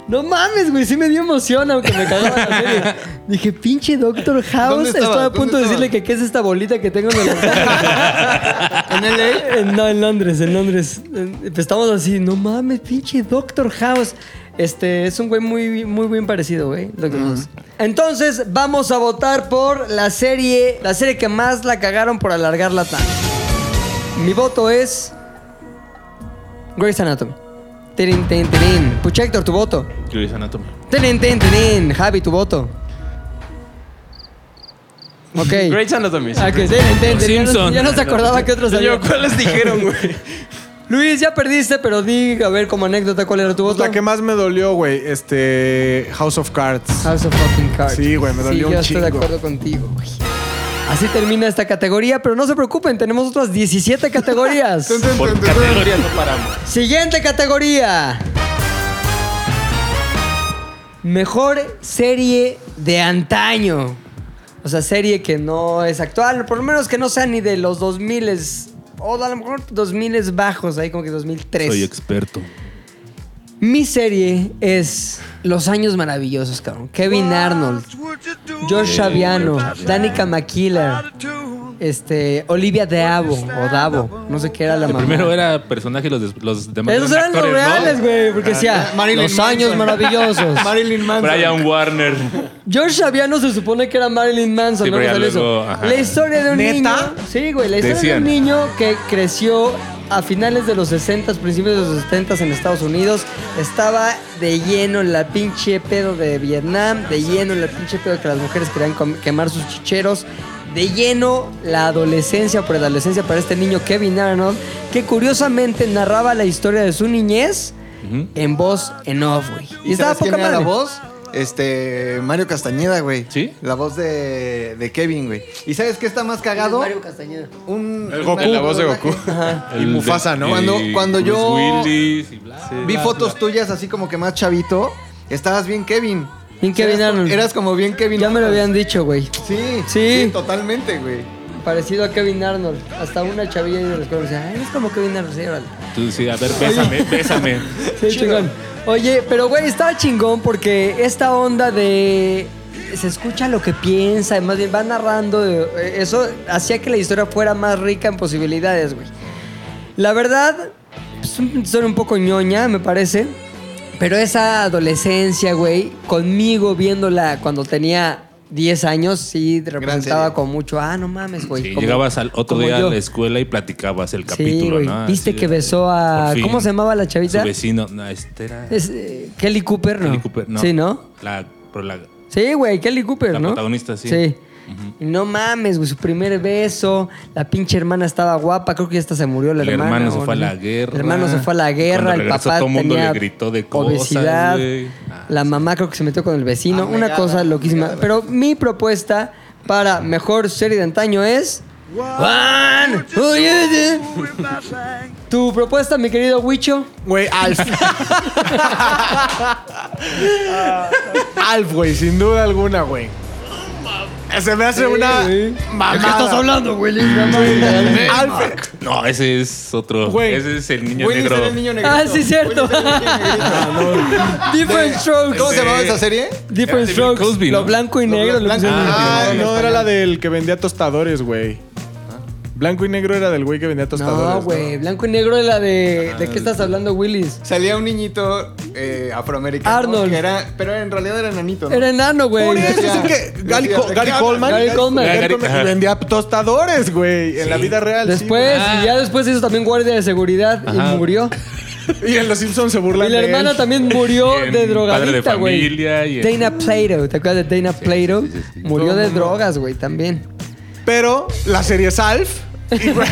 No mames, güey, sí me dio emoción aunque me cagaba la serie. Dije, pinche Doctor House, ¿Dónde estaba? estaba a punto ¿Dónde de decirle que qué es esta bolita que tengo en el ¿En LA? no, en Londres, en Londres. En- pues Estamos así, no mames, pinche Doctor House. Este es un güey muy, muy bien parecido, güey. Dr. House. Entonces, vamos a votar por la serie, la serie que más la cagaron por alargarla tanto. Mi voto es. Grey's Anatomy. Tirin, tirin, tirin. Puch Héctor, tu voto. Grey's Anatomy. Tirin, tirin, tirin. Javi, tu voto. Ok. Grey's Anatomy. sí. Ah, que sí, entiende. Ya no- Simpson. Ya no se acordaba que otros había. Yo, ¿cuáles dijeron, güey? Luis, ya perdiste, pero di, a ver, como anécdota, ¿cuál era tu Pues voto? la que más me dolió, güey, este House of Cards. House of fucking Cards. Sí, güey, me dolió Sí, yo un estoy de chingo. acuerdo contigo, güey. Así termina esta categoría, pero no se preocupen, tenemos otras 17 categorías. Por categoría no paramos. Siguiente categoría. Mejor serie de antaño. O sea, serie que no es actual, por lo menos que no sea ni de los 2000 o a lo mejor 2000 bajos, ahí como que 2003. Soy experto. Mi serie es Los Años Maravillosos, cabrón. Kevin Arnold, Josh Saviano, Danica McKillar, este, Olivia Dabo o Davo, no sé qué era la El mamá. primero era personaje y los, des- los demás Esos eran los actores, ¿no? Ah, reales, güey, porque decía Marilyn Los Años Manson. Maravillosos. Marilyn Manson. Brian Warner. Josh Saviano se supone que era Marilyn Manson, Sí, ¿no? pero ya ¿No sale luego, eso? ajá. La historia de un niño. Sí, güey, la historia Decían. de un niño que creció a finales de los 60, principios de los 70 en Estados Unidos. Estaba de lleno en la pinche pedo de Vietnam, de lleno en la pinche pedo que las mujeres querían com- quemar sus chicheros. De lleno la adolescencia o preadolescencia para este niño Kevin Arnold, que curiosamente narraba la historia de su niñez en voz en off, güey. ¿Y, sabes quién era la madre. voz? Este, Mario Castañeda, güey. ¿Sí? La voz de, de Kevin, güey. ¿Y sabes qué está más cagado? Mario Castañeda. Un, El Goku. La voz de Goku. Ajá. El de- Mufasa, ¿no? y Cuando- cuando Bruce yo- Willis y bla, Vi bla, fotos bla. tuyas así como que más chavito. Estabas bien Kevin. Bien Kevin eras, Arnold. Eras como bien Kevin Ya me lo Arnold. habían dicho, güey. Sí, Sí. sí. totalmente, güey. Parecido a Kevin Arnold. Hasta una chavilla ahí de la escuela me decía, "Ay, es como Kevin Arnold, sí, órale". Tú sí, a ver, bésame, bésame. Sí, chingón. Oye, pero güey, estaba chingón porque esta onda de. Se escucha lo que piensa, y más bien va narrando. eh, Eso hacía que la historia fuera más rica en posibilidades, güey. La verdad, es una historia un poco ñoña, me parece. Pero esa adolescencia, güey, conmigo viéndola cuando tenía 10 años, sí representaba serie. con mucho. Ah, no mames, güey. Sí, como- llegabas al otro como día yo. a la escuela y platicabas el Sí, capítulo, güey. ¿no? Viste Así que de- besó a. por fin, ¿Cómo se llamaba la Su chavita? vecino. No, este era. Es, eh, Kelly Cooper, ¿no? Kelly Cooper, no. Sí, ¿no? La, pero la- Sí, güey, Kelly Cooper, La ¿no? protagonista, sí. Sí. Y No mames, güey, su primer beso. La pinche hermana estaba guapa. Creo que ya hasta se murió la El hermana. hermano se ¿o fue a no? la guerra. El hermano se fue a la guerra. Cuando El regresó, papá todo mundo tenía le gritó de cosas, obesidad. güey. Ah, la mamá creo que se metió con el vecino. Ah, Una negada, cosa loquísima. negada. Pero mi propuesta para mejor serie de antaño es... One, two, yeah, yeah. Tu propuesta, mi querido Huicho. Güey, Alf. Alf, güey, sin duda alguna, güey. Se me hace una güey. mamada. hablando, Ah, güey? ¿Eh? Alf. No, ese es otro. Güey. Ese es el niño Willis negro. era el niño negro. Ah, sí, cierto. Different strokes. ¿Cómo se llamaba esa serie? Different David strokes. Cosby, ¿no? Lo blanco y Lo negro. blanco- lo blanco y Ah, Ah, en no, era español. la del que vendía tostadores, güey. Blanco y negro era del güey que vendía negro. tostadores. No, güey. Blanco y negro es la de. ¿De qué estás hablando, Willis? Salía un niñito eh, afroamericano. Arnold. que era, pero en realidad era enanito. ¿no? Era enano, güey. Por eso es Decía- el que Gary, decía, Co- Gary ¿qué Coleman. Gary Coleman. Gary- ajá. vendía tostadores, güey, en la vida real. sí, Ah. Después, y ya después hizo también guardia de seguridad Ajá. y murió. güey. Y en Los Simpsons se burlan Y la de él. hermana también murió de en Padre de drogadicta, güey. Familia y en- Dana Plato, ¿te acuerdas de Dana Plato? Murió de drogas, güey, también. Pero la serie es Alf. Y güey,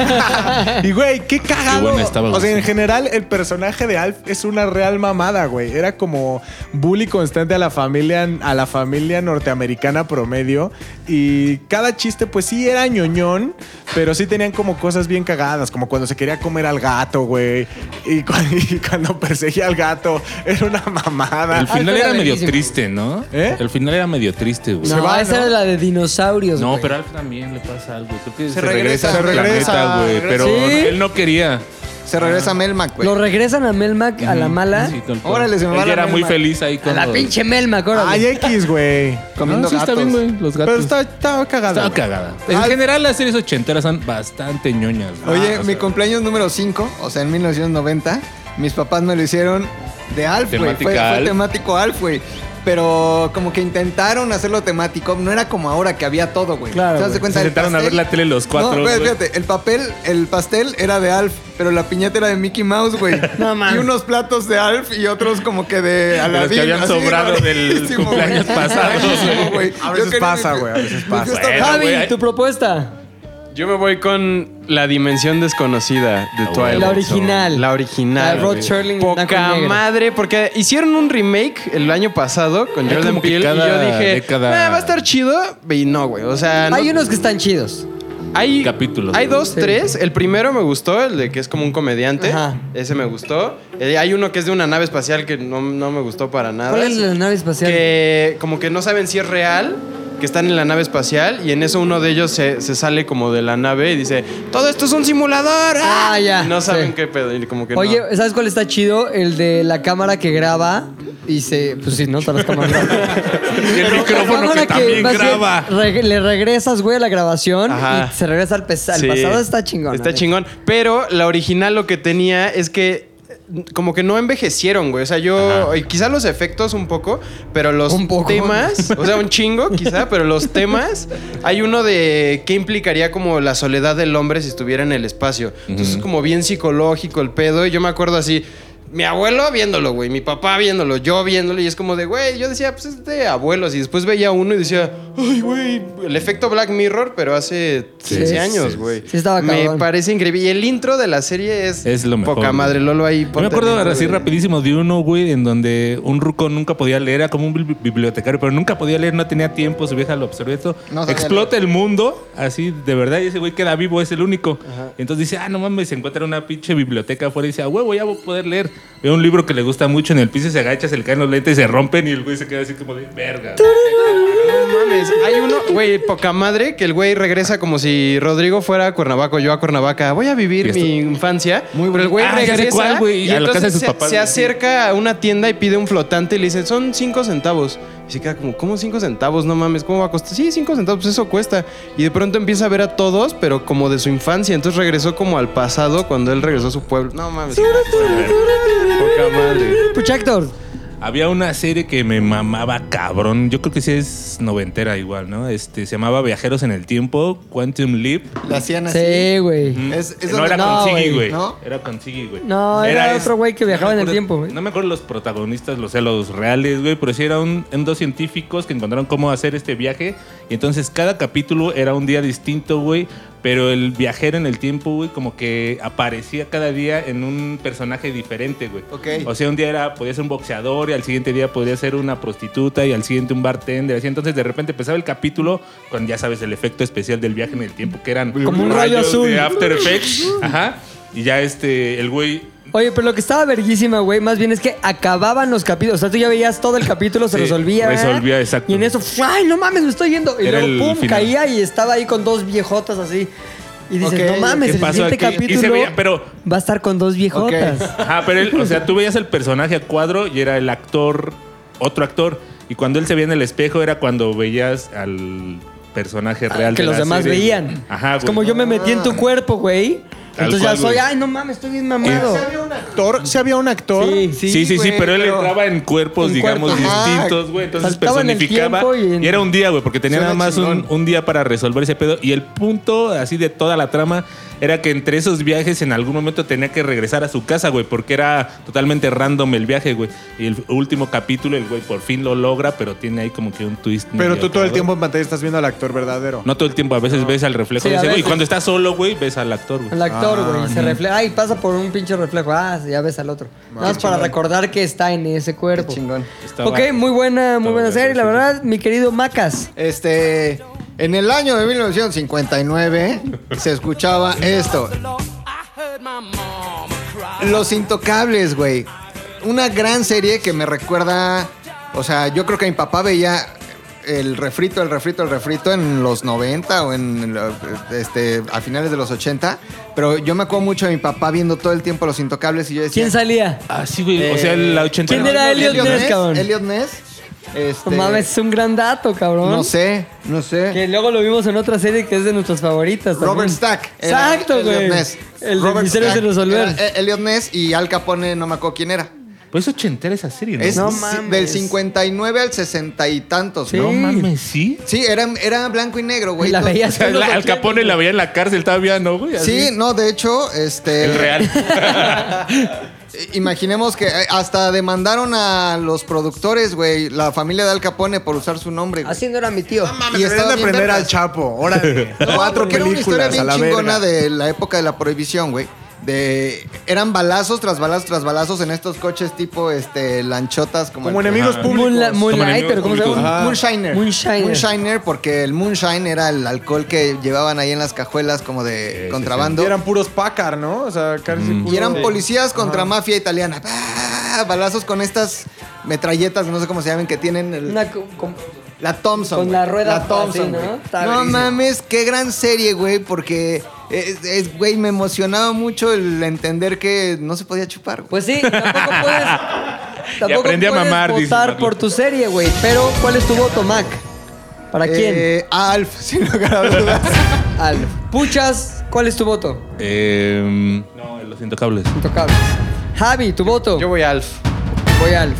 y, güey, qué cagado. Qué buena estaba, o sea, güey. en general, el personaje de Alf es una real mamada, güey. Era como bully constante a la familia, a la familia norteamericana promedio. Y cada chiste, pues sí, era ñoñón, Pero sí tenían como cosas bien cagadas, como cuando se quería comer al gato, güey. Y, cu- y cuando perseguía al gato, era una mamada. El final está era medio verguísima. triste, ¿no? ¿Eh? El final era medio triste, güey. No, va, esa ¿no? era la de dinosaurios. No, güey. pero a Alf también le pasa algo. Creo que se, regresa. regresa, Se al regresa, planeta, güey. regresa. Pero ¿Sí? él no quería. Se regresa Melmac, güey. Lo regresan a Melmac a la mala. Sí, tal cual. Órale, se me va la Él ya era misma. muy feliz ahí A con la los- pinche Melmac, ahora. Ay, X, güey. Comiendo Ah, sí, está gatos. bien, güey. Los gatos. Pero está, está cagada. Estaba güey. cagada. En general, las series ochenteras son bastante ñoñas. güey. Ah. Oye, Ah, o mi sea, cumpleaños número 5, o sea, en 1990, mis papás me lo hicieron de Alf, güey. Fue, Temática fue Alf. temático Alf, güey. Pero como que intentaron hacerlo temático, no era como ahora que había todo, güey. Claro, ¿Te das güey. cuenta? Se El sentaron a ver pastel- la tele los cuatro. No, espérate, güey. fíjate, el papel, el pastel era de Alf, pero la piñata era de Mickey Mouse, güey. No mames. Y unos platos de Alf y otros como que de los que Aladdin. habían así, sobrado del rarísimo, güey. cumpleaños pasado. Rarísimo, güey. A Yo quería veces mi- Pues pasa, güey, a veces mi pasa. fiesta Bueno, Javi. güey. Javi, tu propuesta. Yo me voy con La Dimensión Desconocida de Ah, Twilight. La Zone. original. La La original. de Rod güey. Serling, blanco y Poca negro. madre, porque hicieron un remake el año pasado con Hay Jordan como que Peele y yo cada dije, década- "Ah, va a estar chido. Y no, güey. O sea, no- Hay unos que están chidos. hay capítulos, Hay güey. dos, Sí. tres. El primero me gustó, el de que es como un comediante. Ajá. Ese me gustó. Eh, hay uno que es de una nave espacial que no, no me gustó para nada. ¿Cuál es la nave espacial? Que como que no saben si es real, que están en la nave espacial y en eso uno de ellos se, se sale como de la nave y dice, todo esto es un simulador. Ah, ya, Y No saben sí. qué pedo. Y como que Oye, no. ¿sabes cuál está chido? El de la cámara que graba y se. Pues sí, ¿no? Todas las cámaras graban. Y el micrófono que también más bien, graba. reg- le regresas, güey, a la grabación Ajá. y se regresa al, pesa- al Sí. pasado. Está chingón. Está ¿no? chingón. Pero la original lo que tenía es que eh, como que no envejecieron, güey. O sea, yo eh, quizá los efectos un poco, pero los Un poco. temas, o sea, un chingo quizá, pero los temas, hay uno de qué implicaría como la soledad del hombre si estuviera en el espacio. Entonces es como bien psicológico el pedo y yo me acuerdo así mi abuelo viéndolo, güey, mi papá viéndolo, yo viéndolo, y es como de, güey, yo decía, pues es de abuelos, y después veía uno y decía, ay, güey, el efecto Black Mirror, pero hace 15 sí, años, sí. güey. Sí, estaba Me cabrón. parece increíble. Y el intro de la serie es, Es lo mejor, poca güey. madre, Lolo ahí. Yo me ponte acuerdo el intro así de- rapidísimo de uno, güey, en donde un ruco nunca podía leer, era como un bibli- bibliotecario, pero nunca podía leer, no tenía tiempo, su vieja lo absorbió todo. No sabía Explota el mundo, así de verdad, y ese güey queda vivo, es el único. Entonces dice, ah, no mames, se encuentra una pinche biblioteca afuera y dice, ah, huevo, ya voy a poder leer. Ve un libro que le gusta mucho, en el piso se agacha, se le caen los lentes y se rompen y el güey se queda así como de verga. No mames, hay uno, güey, poca madre, que el güey regresa como si Rodrigo fuera a Cuernavaca o yo a Cuernavaca. Voy a vivir Esto. mi infancia. Muy pero el güey bueno. Ah, ya sé regresa cuál, güey, y a la entonces casa de sus se, papás, se güey. acerca a una tienda y pide un flotante y le dice, son cinco centavos. Y se queda como, ¿cómo cinco centavos? No mames, ¿cómo va a costar? Sí, cinco centavos, pues eso cuesta. Y de pronto empieza a ver a todos, pero como de su infancia. Entonces regresó como al pasado cuando él regresó a su pueblo. No mames. poca madre. Pucha, Héctor. Había una serie que me mamaba cabrón. Yo creo que sí es noventera igual, ¿no? Este se llamaba Viajeros en el Tiempo, Quantum Leap. La hacían así. Sí, güey. Es- es no donde- era no, con Siggy, güey, güey. ¿no? Era con Siggy, güey. No, era otro güey que viajaba en el me acuerdo- tiempo, güey. No me acuerdo los protagonistas, los, o sea, los reales, güey, pero sí eran un- eran dos científicos que encontraron cómo hacer este viaje. Y entonces cada capítulo era un día distinto, güey. Pero el viajero en el tiempo, güey, como que aparecía cada día en un personaje diferente, güey. Ok. O sea, un día era, podía ser un boxeador y al siguiente día podía ser una prostituta y al siguiente un bartender. Así entonces de repente empezaba el capítulo con, ya sabes, el efecto especial del viaje en el tiempo, que eran Como un rayo rayos azul. de After Effects. Ajá. Y ya este, el güey. Oye, pero lo que estaba verguísima, güey, más bien es que acababan los capítulos. O sea, tú ya veías todo el capítulo, se Sí, resolvía. resolvía, exacto. Y en eso, ¡ay, no mames, me estoy yendo! Y Era luego, el pum, final. caía y estaba ahí con dos viejotas así. Y dices, Ok, no mames, ¿qué el pasó siguiente aquí? Y se capítulo veía, pero- va a estar con dos viejotas. Ajá, pero él, o sea, tú veías el personaje a cuadro y era el actor, otro actor. Y cuando él se veía en el espejo era cuando veías al personaje real. Ah, que de los la demás serie. veían. Ajá, Es güey. como yo me metí en tu Ah. cuerpo, güey. Tal Entonces cual, ya soy, güey. ay, no mames, estoy bien mamado. Actor, sí había un actor. Sí, sí. Sí, sí, sí, güey, pero él pero- entraba en cuerpos, En digamos, cuerpos. Ajá. distintos, güey. Entonces Saltaba en el personificaba. tiempo y y, en- era un día, güey, porque tenía Suena nada más chingón. un, un día para resolver ese pedo. Y el punto así de toda la trama era que entre esos viajes en algún momento tenía que regresar a su casa, güey, porque era totalmente random el viaje, güey. Y el último capítulo, el güey por fin lo logra, pero tiene ahí como que un twist. Pero medio tú todo el cagado. tiempo en pantalla estás viendo al actor verdadero. No todo el tiempo, a veces ves al reflejo Sí, de a ese güey. Y veces. cuando estás solo, güey, ves al actor, güey. El actor, Ah, güey, se refleja. Ay, pasa por un pinche reflejo. Ah, ya ves al otro. Nada más para recordar que está en ese cuerpo. Qué chingón. Estaba- Ok, muy buena, muy estaba buena serie, la verga, sí, verdad, mi querido Macas. Este. En el año de 1959 se escuchaba esto. Los Intocables, güey. Una gran serie que me recuerda. O sea, yo creo que mi papá veía el refrito, el refrito, el refrito en los 90 o en lo- este, a finales de los 80. Pero yo me acuerdo mucho de mi papá viendo todo el tiempo Los Intocables y yo decía. eh, ¿Quién salía? Ah, sí, güey. O sea, la 80. ¿quién era Elliot Ness, cabrón? Elliot Ness. No Este, mames, es un gran dato, cabrón. No sé, no sé. Que luego lo vimos en otra serie que es de nuestras favoritas. también. Robert Stack. era Exacto, Elliot güey. Ness. El de Robert Misterios de Stack Resolver. era, eh, Elliot Ness y Al Capone, no me acuerdo quién era. Pues ochentera esa serie, ¿no? Es No si- mames. del 59 al 60 y tantos, Sí. ¿no? No mames, sí. Sí, era, era blanco y negro, güey. Y la Todo- veías O sea, en la- los al 80. Capone la veía en la cárcel todavía, ¿no, güey? Así. Sí, no, de hecho, este. El real. eh, Imaginemos que eh, hasta demandaron a los productores, güey, la familia de Al Capone por usar su nombre. güey. Así no era mi tío. Y y estaba de bien aprender vergas. al Chapo. Ahora, No, cuatro porque películas Era a la una historia bien chingona verga. de la época de la prohibición, güey. De, eran balazos tras balazos tras balazos en estos coches tipo este lanchotas como, Como el- enemigos Moonla- públicos. Moonlight, pero ¿cómo se llama? Ajá. Moonshiner. Moonshiner. Moonshiner, porque el moonshine era el alcohol que llevaban ahí en las cajuelas como de contrabando. Y eran puros Packard, ¿no? O sea, casi puro- Mm. Y eran policías contra mafia italiana. Ah, Balazos con estas metralletas, no sé cómo se llaman, que tienen el- Una co- com- la Thompson. con güey. la rueda La Thompson, así, ¿no? güey. Está No verguísima. mames, qué gran serie, güey, porque, es, es- güey, me emocionaba mucho el entender que no se podía chupar, güey. Pues sí, tampoco puedes. tampoco aprendí a puedes mamar, dice votar Marco. por tu serie, güey. Pero, ¿cuál es tu voto, Mac? ¿Para quién? Eh, Alf, sin lugar a dudas. Al. Puchas, ¿cuál es tu voto? Em, no, los intocables. Intocables. Javi, tu voto. Yo voy a Alf. voy al.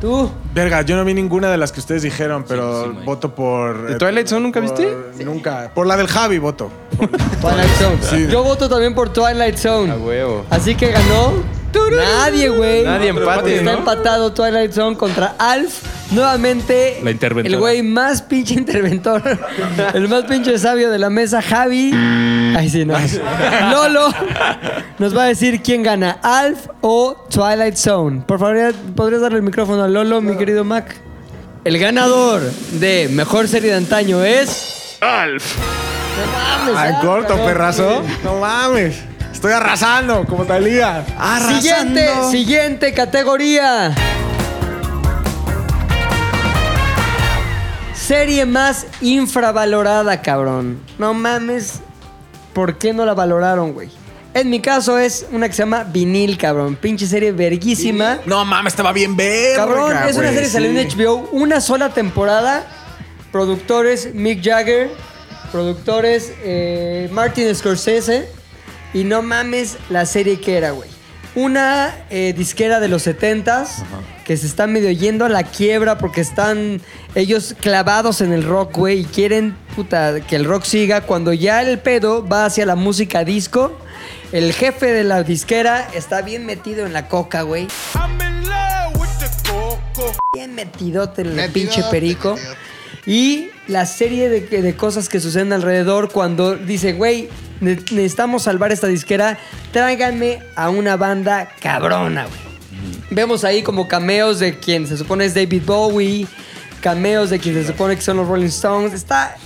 ¿Tú? Verga, yo no vi ninguna de las que ustedes dijeron, pero voto por. ¿De eh, Twilight Zone nunca por- eh, viste? Nunca. Por la del Javi voto. Twilight Zone. Yo voto también por Twilight Zone. A huevo. Así que ganó. Nadie, güey. Nadie empate, Está ¿no? empatado Twilight Zone contra Alf. Nuevamente, La interventora. el güey más pinche interventor, el más pinche sabio de la mesa, Javi. Ay, sí, no. Lolo nos va a decir quién gana, Alf o Twilight Zone. Por favor, ¿podrías darle el micrófono a Lolo, mi querido Mac? El ganador de Mejor Serie de Antaño es... Alf. Ah, No mames, Al Alf, corto, cabrón. perrazo. No mames. Estoy arrasando, como Talía. Siguiente, siguiente categoría. Serie más infravalorada, cabrón. No mames. ¿Por qué no la valoraron, güey? En mi caso es una que se llama Vinil, cabrón. Pinche serie verguísima. No mames, estaba bien verga. Cabrón, es una güey, serie que salió en sí. HBO, una sola temporada. Productores Mick Jagger, productores eh, Martin Scorsese. Y no mames la serie que era, güey. Una eh, disquera de los 70s que se está medio yendo a la quiebra porque están ellos clavados en el rock, güey, y quieren puta, que el rock siga. Cuando ya el pedo va hacia la música disco, el jefe de la disquera está bien metido en la coca, güey. Bien metidote en el Metidote, pinche perico. metidote. Y la serie de, que- de cosas que suceden alrededor cuando dice, güey, ne- necesitamos salvar esta disquera, tráiganme a una banda cabrona, güey. Vemos ahí como cameos de quien se supone es David Bowie, cameos de quien se supone que son los Rolling Stones. Está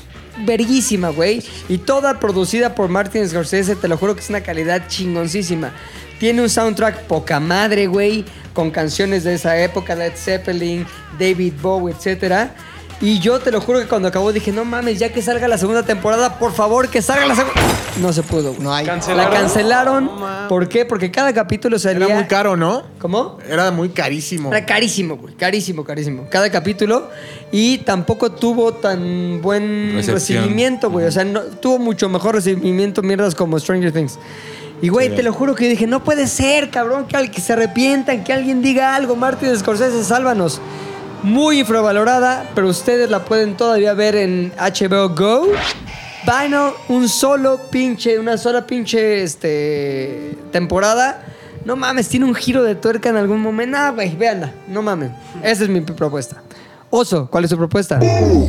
verguísima, güey. Y toda producida por Martin Scorsese, te lo juro que es una calidad chingoncísima. Tiene un soundtrack poca madre, güey, con canciones de esa época, Led Zeppelin, David Bowie, etcétera. Y yo te lo juro que cuando acabó dije, no mames, ya que salga la segunda temporada, por favor, que salga la segunda. No se pudo, güey. No hay. La cancelaron. ¿Por qué? Porque cada capítulo salía... Era muy caro, ¿no? ¿Cómo? Era muy carísimo. Era carísimo, güey. Carísimo, carísimo. Cada capítulo. Y tampoco tuvo tan buen Recepción. recibimiento, güey. O sea, no- tuvo mucho mejor recibimiento mierdas como Stranger Things. Y, güey, te lo juro que yo dije, no puede ser, cabrón, que, al- que se arrepientan, que alguien diga algo. Martin Scorsese, sálvanos. Muy infravalorada, pero ustedes la pueden todavía ver en HBO Go. Vinyl, un solo pinche, una sola pinche este, temporada. No mames, tiene un giro de tuerca en algún momento. Ah, güey, véanla. No mames. Esa es mi propuesta. Oso, ¿cuál es tu propuesta? Mi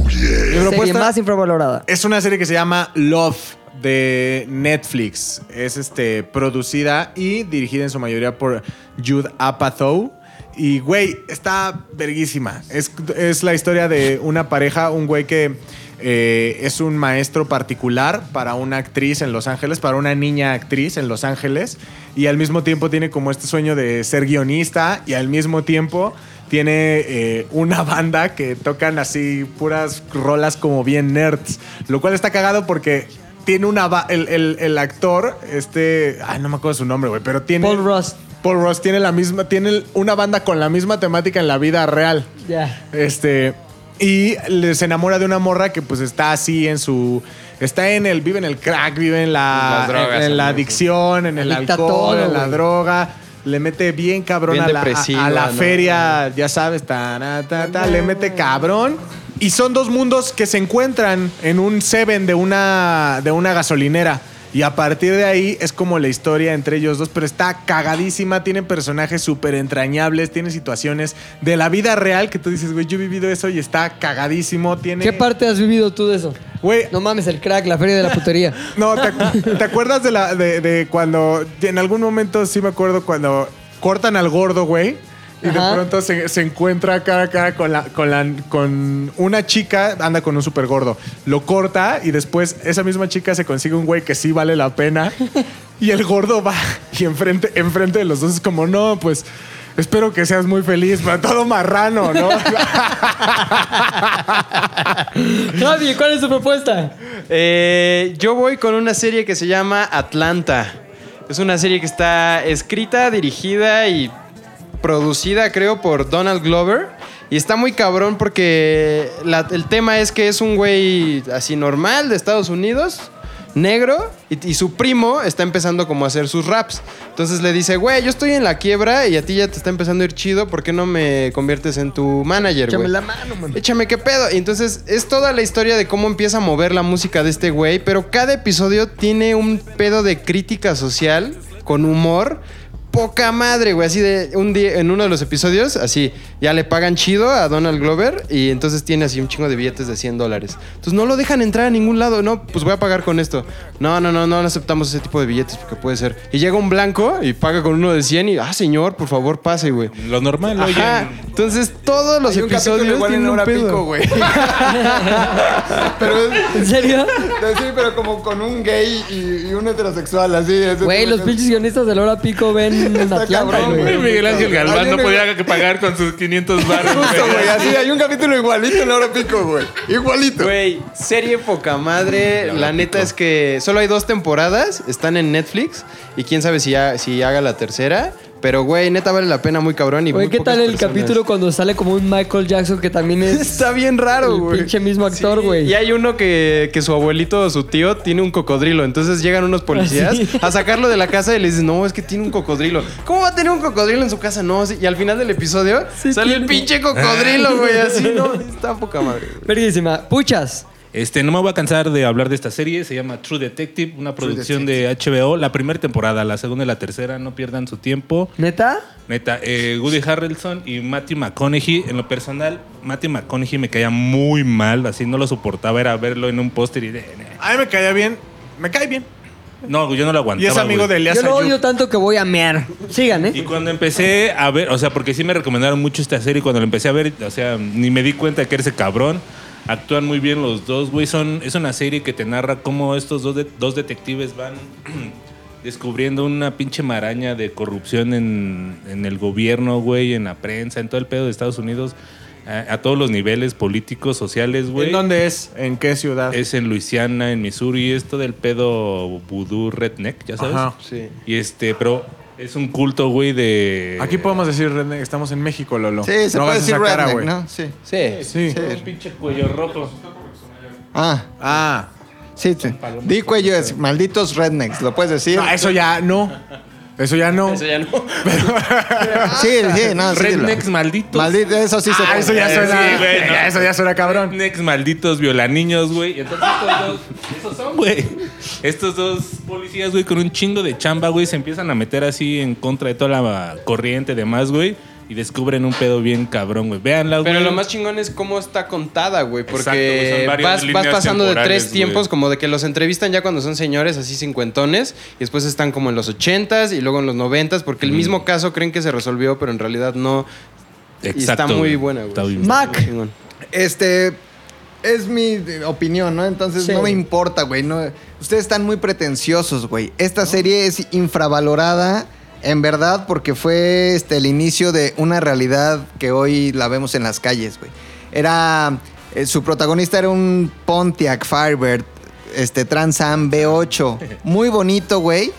Serie propuesta más infravalorada. es una serie que se llama Love de Netflix. Es este producida y dirigida en su mayoría por Jude Apatow. Y, güey, está verguísima. Es, es la historia de una pareja, un güey que eh, es un maestro particular para una actriz en Los Ángeles, para una niña actriz en Los Ángeles. Y al mismo tiempo tiene como este sueño de ser guionista y al mismo tiempo tiene eh, una banda que tocan así puras rolas como bien nerds. Lo cual está cagado porque... Tiene una... ba- El, el- el actor, este... Ay, no me acuerdo su nombre, güey, pero tiene... Paul Rust. Paul Ross tiene la misma, tiene una banda con la misma temática en la vida real. Ya. Este. Y le- se enamora de una morra que pues está así en su. Está en el. Vive en el crack, vive en la. Las drogas, en, en la amigo. adicción, en el Adicta a alcohol, todo, en la güey. droga. Le mete bien cabrón Bien a la, a- a la depresiva, ¿no? feria, ya sabes, ta, na, ta, ta, le mete cabrón. Y son dos mundos que se encuentran en un seven de una, de una gasolinera. Y a partir de ahí es como la historia entre ellos dos, pero está cagadísima, tiene personajes súper entrañables, tiene situaciones de la vida real que tú dices, güey, yo he vivido eso y está cagadísimo, tiene... ¿Qué parte has vivido tú de eso? Güey, No mames, el crack, la feria de la putería. no, ¿te, acu- ¿te acuerdas de, la, de, de cuando... En algún momento sí me acuerdo cuando cortan al gordo, güey. Y Ajá. de pronto se, se encuentra cara a cara con, la, con, la, con una chica, anda con un super gordo. Lo corta y después esa misma chica se consigue un güey que sí vale la pena. y el gordo va y enfrente, enfrente de los dos es como, no, pues espero que seas muy feliz, pero todo marrano, ¿no? Javi, ¿cuál es tu propuesta? Eh, yo voy con una serie que se llama Atlanta. Es una serie que está escrita, dirigida y producida, creo, por Donald Glover. Y está muy cabrón porque la- el tema es que es un güey así normal de Estados Unidos, negro, y, y su primo está empezando como a hacer sus raps. Entonces le dice, güey, yo estoy en la quiebra y a ti ya te está empezando a ir chido, ¿por qué no me conviertes en tu manager, güey? Échame la mano, man. Échame qué pedo. Y entonces es toda la historia de cómo empieza a mover la música de este güey, pero cada episodio tiene un pedo de crítica social con humor. Poca madre, güey. Así de un día, en uno de los episodios, así, ya le pagan chido a Donald Glover y entonces tiene así un chingo de billetes de 100 dólares. Entonces no lo dejan entrar a ningún lado. No, pues voy a pagar con esto. No, no, no, no aceptamos ese tipo de billetes porque puede ser. Y llega un blanco y paga con uno de 100 y, ah, señor, por favor, pase, güey. Lo normal, oye. Ajá. Entonces todos los Hay un capítulo episodios igual tienen en un hora pedo. pico, güey. pero es- ¿En serio? sí, pero como con un gay y, y un heterosexual, así. es- Güey, es- los pinches guionistas de Laura Pico ven en Está Atlanta, cabrón, güey. güey. Miguel Ángel Galván Hay no un- podía que pagar con sus 500 baros. Justo, güey, así. Hay un capítulo igualito en la hora pico, güey. Igualito. Güey, serie poca madre. La neta es que solo hay dos temporadas, están en Netflix y quién sabe si, ha- si haga la tercera. Pero, güey, neta vale la pena, muy cabrón. Y Güey, muy ¿qué pocas tal el personas. capítulo cuando sale como un Michael Jackson que también es Está bien raro, El güey. pinche mismo actor, güey. Y hay uno que, que su abuelito o su tío tiene un cocodrilo. Entonces llegan unos policías Ah, sí. a sacarlo de la casa y le dicen, no, es que tiene un cocodrilo. ¿Cómo va a tener un cocodrilo en su casa? No, sí. y al final del episodio Sí, sale tiene. Ah. el pinche cocodrilo, güey. Así, no, está poca madre. güey. verguísima? Puchas. Este, no me voy a cansar de hablar de esta serie. Se llama True Detective, una producción de HBO. La primera temporada, la segunda y la tercera. No pierdan su tiempo. ¿Neta? Neta, eh, Woody Harrelson y Matthew McConaughey. En lo personal, Matthew McConaughey me caía muy mal. Así no lo soportaba. Era verlo en un póster y de... A mí me caía bien, me cae bien. No, yo no lo Y aguantaba. es amigo güey. de Elías Yo lo Ayub. odio tanto que voy a mear. Sigan, Y ¿eh? cuando empecé a ver, o sea, porque sí me recomendaron mucho esta serie, cuando la empecé a ver, o sea, ni me di cuenta que era ese cabrón. Actúan muy bien los dos, güey. Son, es una serie que te narra cómo estos dos, de- dos detectives van descubriendo una pinche maraña de corrupción en, en el gobierno, güey, en la prensa, en todo el pedo de Estados Unidos, a, a todos los niveles políticos, sociales, güey. ¿En dónde es? ¿En qué ciudad? Es en Luisiana, en Missouri, esto del pedo vudú redneck, ya sabes. Ajá. Sí. Y este, pero es un culto, güey, de. Aquí podemos decir, redneck, estamos en México, Lolo. Sí, se puede No hagas decir esa cara, redneck, güey. ¿no? Sí. Sí. Sí. Un pinche cuello rojo. Ah, Ah, sí. sí. Di cuello es malditos rednecks, lo puedes decir. no, eso ya no. Eso ya no. Eso ya no. Sí, sí, no, sí. dilo. Rednecks malditos. Maldito, eso sí se Ah, puede. eso ya suena. Sí, güey, no. Eso ya suena cabrón. Rednecks malditos violaniños, güey. Y Entonces estos dos. Esos son, güey. Estos dos policías, güey, con un chingo de chamba, güey, se empiezan a meter así en contra de toda la corriente y demás, güey. y descubren un pedo bien cabrón, güey. Véanla, güey. Pero lo más chingón es cómo está contada, güey. Exacto, güey, Porque son varias vas- vas, líneas pasando de temporales, tres tiempos, güey. como de que los entrevistan ya cuando son señores, así cincuentones, y después están como en los ochentas y luego en los noventas, porque el mismo caso creen que se resolvió, pero en realidad no. Y está muy güey. buena, güey. Está bien Ma- buena. Mac. Chingón. Este. Es mi opinión, ¿no? Entonces Sí. no me importa, güey. no- ustedes están muy pretenciosos, güey. Esta serie es infravalorada, en verdad, porque fue este, el inicio de una realidad que hoy la vemos en las calles, güey. Era. eh, su protagonista era un Pontiac Firebird, este Trans Am B8. Muy bonito, güey.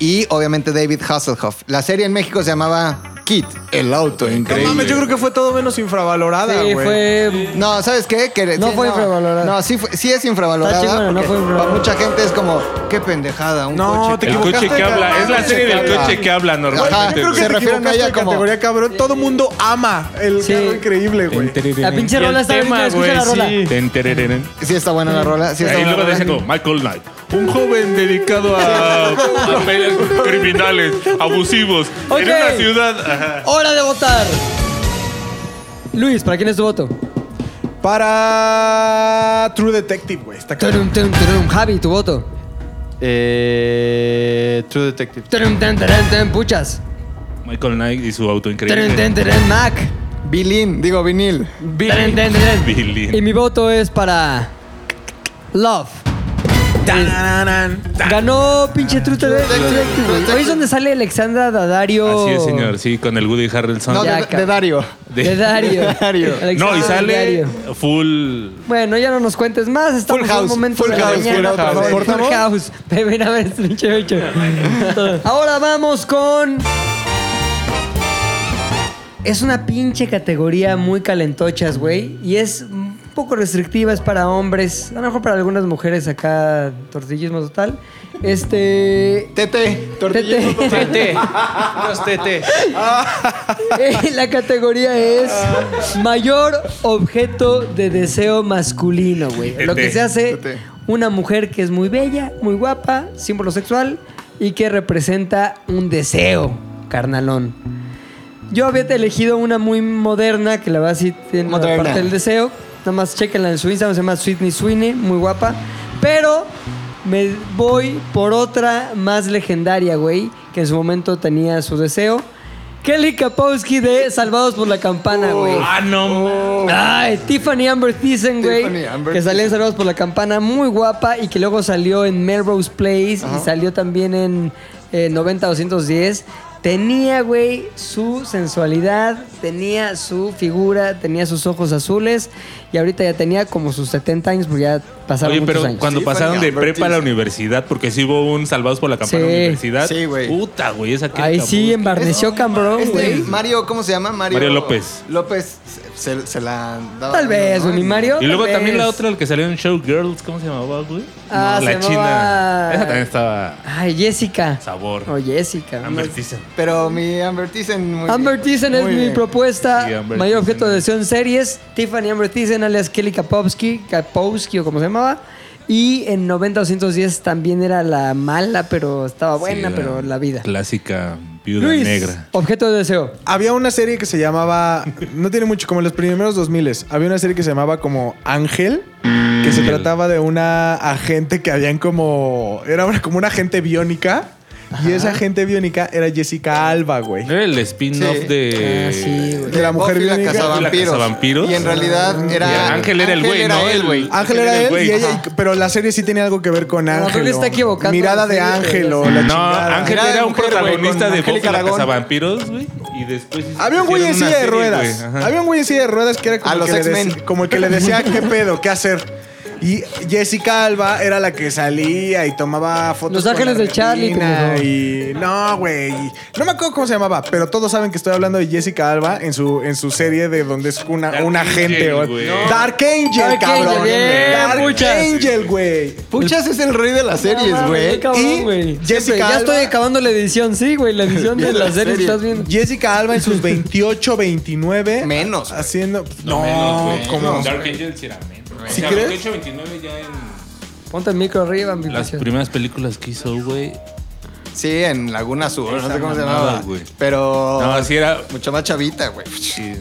Y obviamente David Hasselhoff. La serie en México se llamaba Kit, el auto increíble. Mames, yo creo que fue todo menos infravalorada, Sí, güey. fue. No, ¿sabes qué? Que- No fue infravalorada. No, sí, fue- sí es infravalorada. Está chingona, no porque fue infravalorada. Para mucha gente es como, qué pendejada, un No, coche. te El coche que habla. Es la serie del coche que habla Ajá. normalmente. Yo creo Creo que se te refieren a equivocaste ella de como- categoría, cabrón. Todo mundo ama el Sí. carro increíble, güey. La pinche Y el rola está tema, bonita, escucha la güey, rola. sí. Tenterereren. Sí está buena la rola. Sí está Ahí buena luego la dice rola. como Michael Knight. Un joven dedicado a, a peleas con criminales, abusivos, Ok. en una ciudad. Ajá. ¡Hora de votar! Luis, ¿para quién es tu voto? Para True Detective, güey. Está cabrón. Turum, turum, turum. Javi, tu voto. Eh, True Detective. Turum, tan, taran, tan, puchas. Michael Knight y su auto Turum, increíble. tan, taran, Mac. Vilín, digo vinil. Taran, tan, taran. Billy. Y mi voto es para. Love. Ganó pinche True Detective, güey. Ahí es donde sale Alexandra Daddario. Así es, señor. Sí, con el Woody Harrelson. No, Ya, de, cabrón. de Dario. De Dario. De Dario. No, Alexandra No, y sale Daddario. full. Bueno, ya no nos cuentes más. Estamos Full en un house, momento full de la house, mañana, full por house. favor. Por Full house. Ve, ven a ver este pinche bicho. Ahora vamos con... Es una pinche categoría muy calentochas, güey. Y es un poco restrictiva, es para hombres. A lo mejor para algunas mujeres acá, tortillismo total. Este... Tete. Tete. TT. Los TT. Eh, La categoría es mayor objeto de deseo masculino, güey. Lo que se hace Tete. una mujer que es muy bella, muy guapa, símbolo sexual y que representa un deseo, carnalón. Yo había elegido una muy moderna que la verdad sí tiene la Moderna. parte del deseo. Nada más chequenla en su Instagram, se llama Sweetney Sweeney, muy guapa. Pero me voy por otra más legendaria, güey, que en su momento tenía su deseo. Kelly Kapowski de Salvados por la Campana, güey. Ah, no. Ay, Tiffany Amber Thiessen, güey. Tiffany Amber Que salió en Salvados por la Campana, muy guapa. Y que luego salió en Melrose Place. Y salió también en eh, 90-210. Tenía, güey, su sensualidad. Tenía su figura. Tenía sus ojos azules. Y ahorita ya tenía como sus 70 años. Porque ya pasaron Oye, muchos pero años. cuando Sí, pasaron fue de prepa a la Albertis. universidad, porque sí hubo un Salvados por la Campana Sí. Universidad. Sí, güey. Puta, güey, esa que Ahí sí en embarneció Cambrón, Este, güey. Mario, ¿cómo se llama? Mario, Mario López. López se, se- se la daba. Tal vez, ¿no? güey, mi Mario. Y luego tal también la vez. otra, el que salió en Showgirls, ¿cómo se llamaba, güey? Ah, No, se la llamaba- china. Esa también estaba Ay, Jessica. sabor. O Jessica. una- Amber Thiessen. Pero mi Amber Thyssen. muy Amber bien. Thyssen es Muy mi bien. propuesta. Sí, Amber mayor Thyssen. objeto de deseo en series. Tiffany Amber Thyssen, alias Kelly Kapowski, Kapowski o como se llamaba. Y en 90-210 también era la mala, pero estaba buena, Sí, pero la vida. Clásica viuda Luis, negra. objeto de deseo. Había una serie que se llamaba. No tiene mucho, como en los primeros 2000 Había una serie que se llamaba como Ángel, que Mm. se trataba de una agente que habían como. Era una- como una agente biónica. Y esa agente biónica era Jessica Alba, güey. Era el spin-off Sí. de. Ah, sí, güey. De la mujer Buffy la biónica. Buffy la cazavampiros. cazavampiros. Y en realidad era. Y Ángel era el güey, era ¿no? él, El- güey. Ángel era Ángel era él, el y güey. ella, pero la serie sí tenía algo que ver con mejor Ángel. le o está equivocando la Mirada de serie, Ángel o güey. la No, chingada. Ángel Era era, un mujer, güey, protagonista con de Angélica Buffy la Aragón. Cazavampiros, güey. Y después. Había un güey en hicieron silla una de serie, ruedas. güey, ajá. Había un güey en silla de ruedas que era como, A el los que, le X-Men. dec- como el que le decía qué pedo, qué hacer. Y Jessica Alba era la que salía y tomaba fotos. Los con Ángeles la de Charlie, reina pendejo. Y no, güey. No me acuerdo cómo se llamaba, pero todos saben que estoy hablando de Jessica Alba en su, en su serie de donde es una, Dark una Angel, agente. o- güey. Dark Angel, Dark cabrón. Angel, bien, Dark muchas. Angel, güey. Puchas es el rey de las series, Y güey. Y Jessica Siempre, ya Alba- estoy acabando la edición, sí, güey. La edición de la serie estás viendo. Jessica Alba en sus 28, 29. Menos, güey. Haciendo. No, menos, güey. ¿cómo? Dark Angel sí era menos. ¿Sí O sea, crees? 28, 29 ya en. Ponte el micro arriba, mi Las pasión. primeras películas que hizo, güey. Sí, en Laguna Azul, no sé cómo se mamada, llamaba. güey. Pero. No, así era. Mucho más chavita, güey.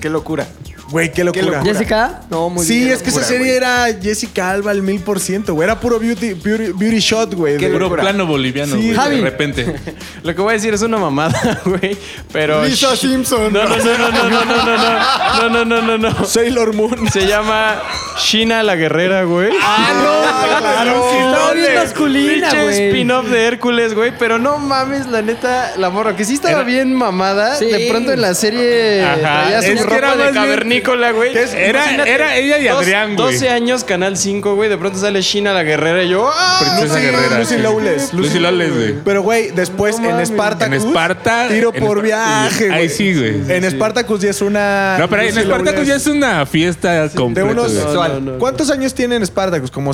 Qué locura. Güey, qué locura. locura. ¿Jessica? Ah, No, muy Sí, bien. es que esa locura, serie güey. era Jessica Alba al mil por ciento, güey. Era puro beauty, beauty, beauty shot, güey. Qué de- Puro locura. plano boliviano, Sí, güey, Javi. de repente. Lo que voy a decir es una mamada, güey. Pero. Lisa Simpson. No, no, no, no, no, no, no, no, no, no, no, no, no. Sailor Moon. Se llama Shina la Guerrera, güey. Ah, claro. Estaba bien masculina, Pinche güey. spin-off de Hércules, güey. Pero no mames, la neta, la morra. Que sí estaba bien mamada. Sí. De pronto en la serie Ajá, traía es su que era más ropa de bien- cavernícola, güey. es- era- Imagínate, era ella y dos- Adrián, güey. 12 años, Canal 5, güey. De pronto sale Shina la Guerrera y yo... ¡ah! Princesa Guerrera. Lucy sí. Lawless. Lucy Lawless, güey. Pero, güey, después en En Spartacus. Esparta. Tiro en por Esparta- viaje, güey. Ahí sí, güey. En Spartacus ya es una. No, pero en Lucy Espartacus Lawless. ya es una fiesta De completa. unos. güey. ¿Cuántos años tiene en Spartacus? ¿Como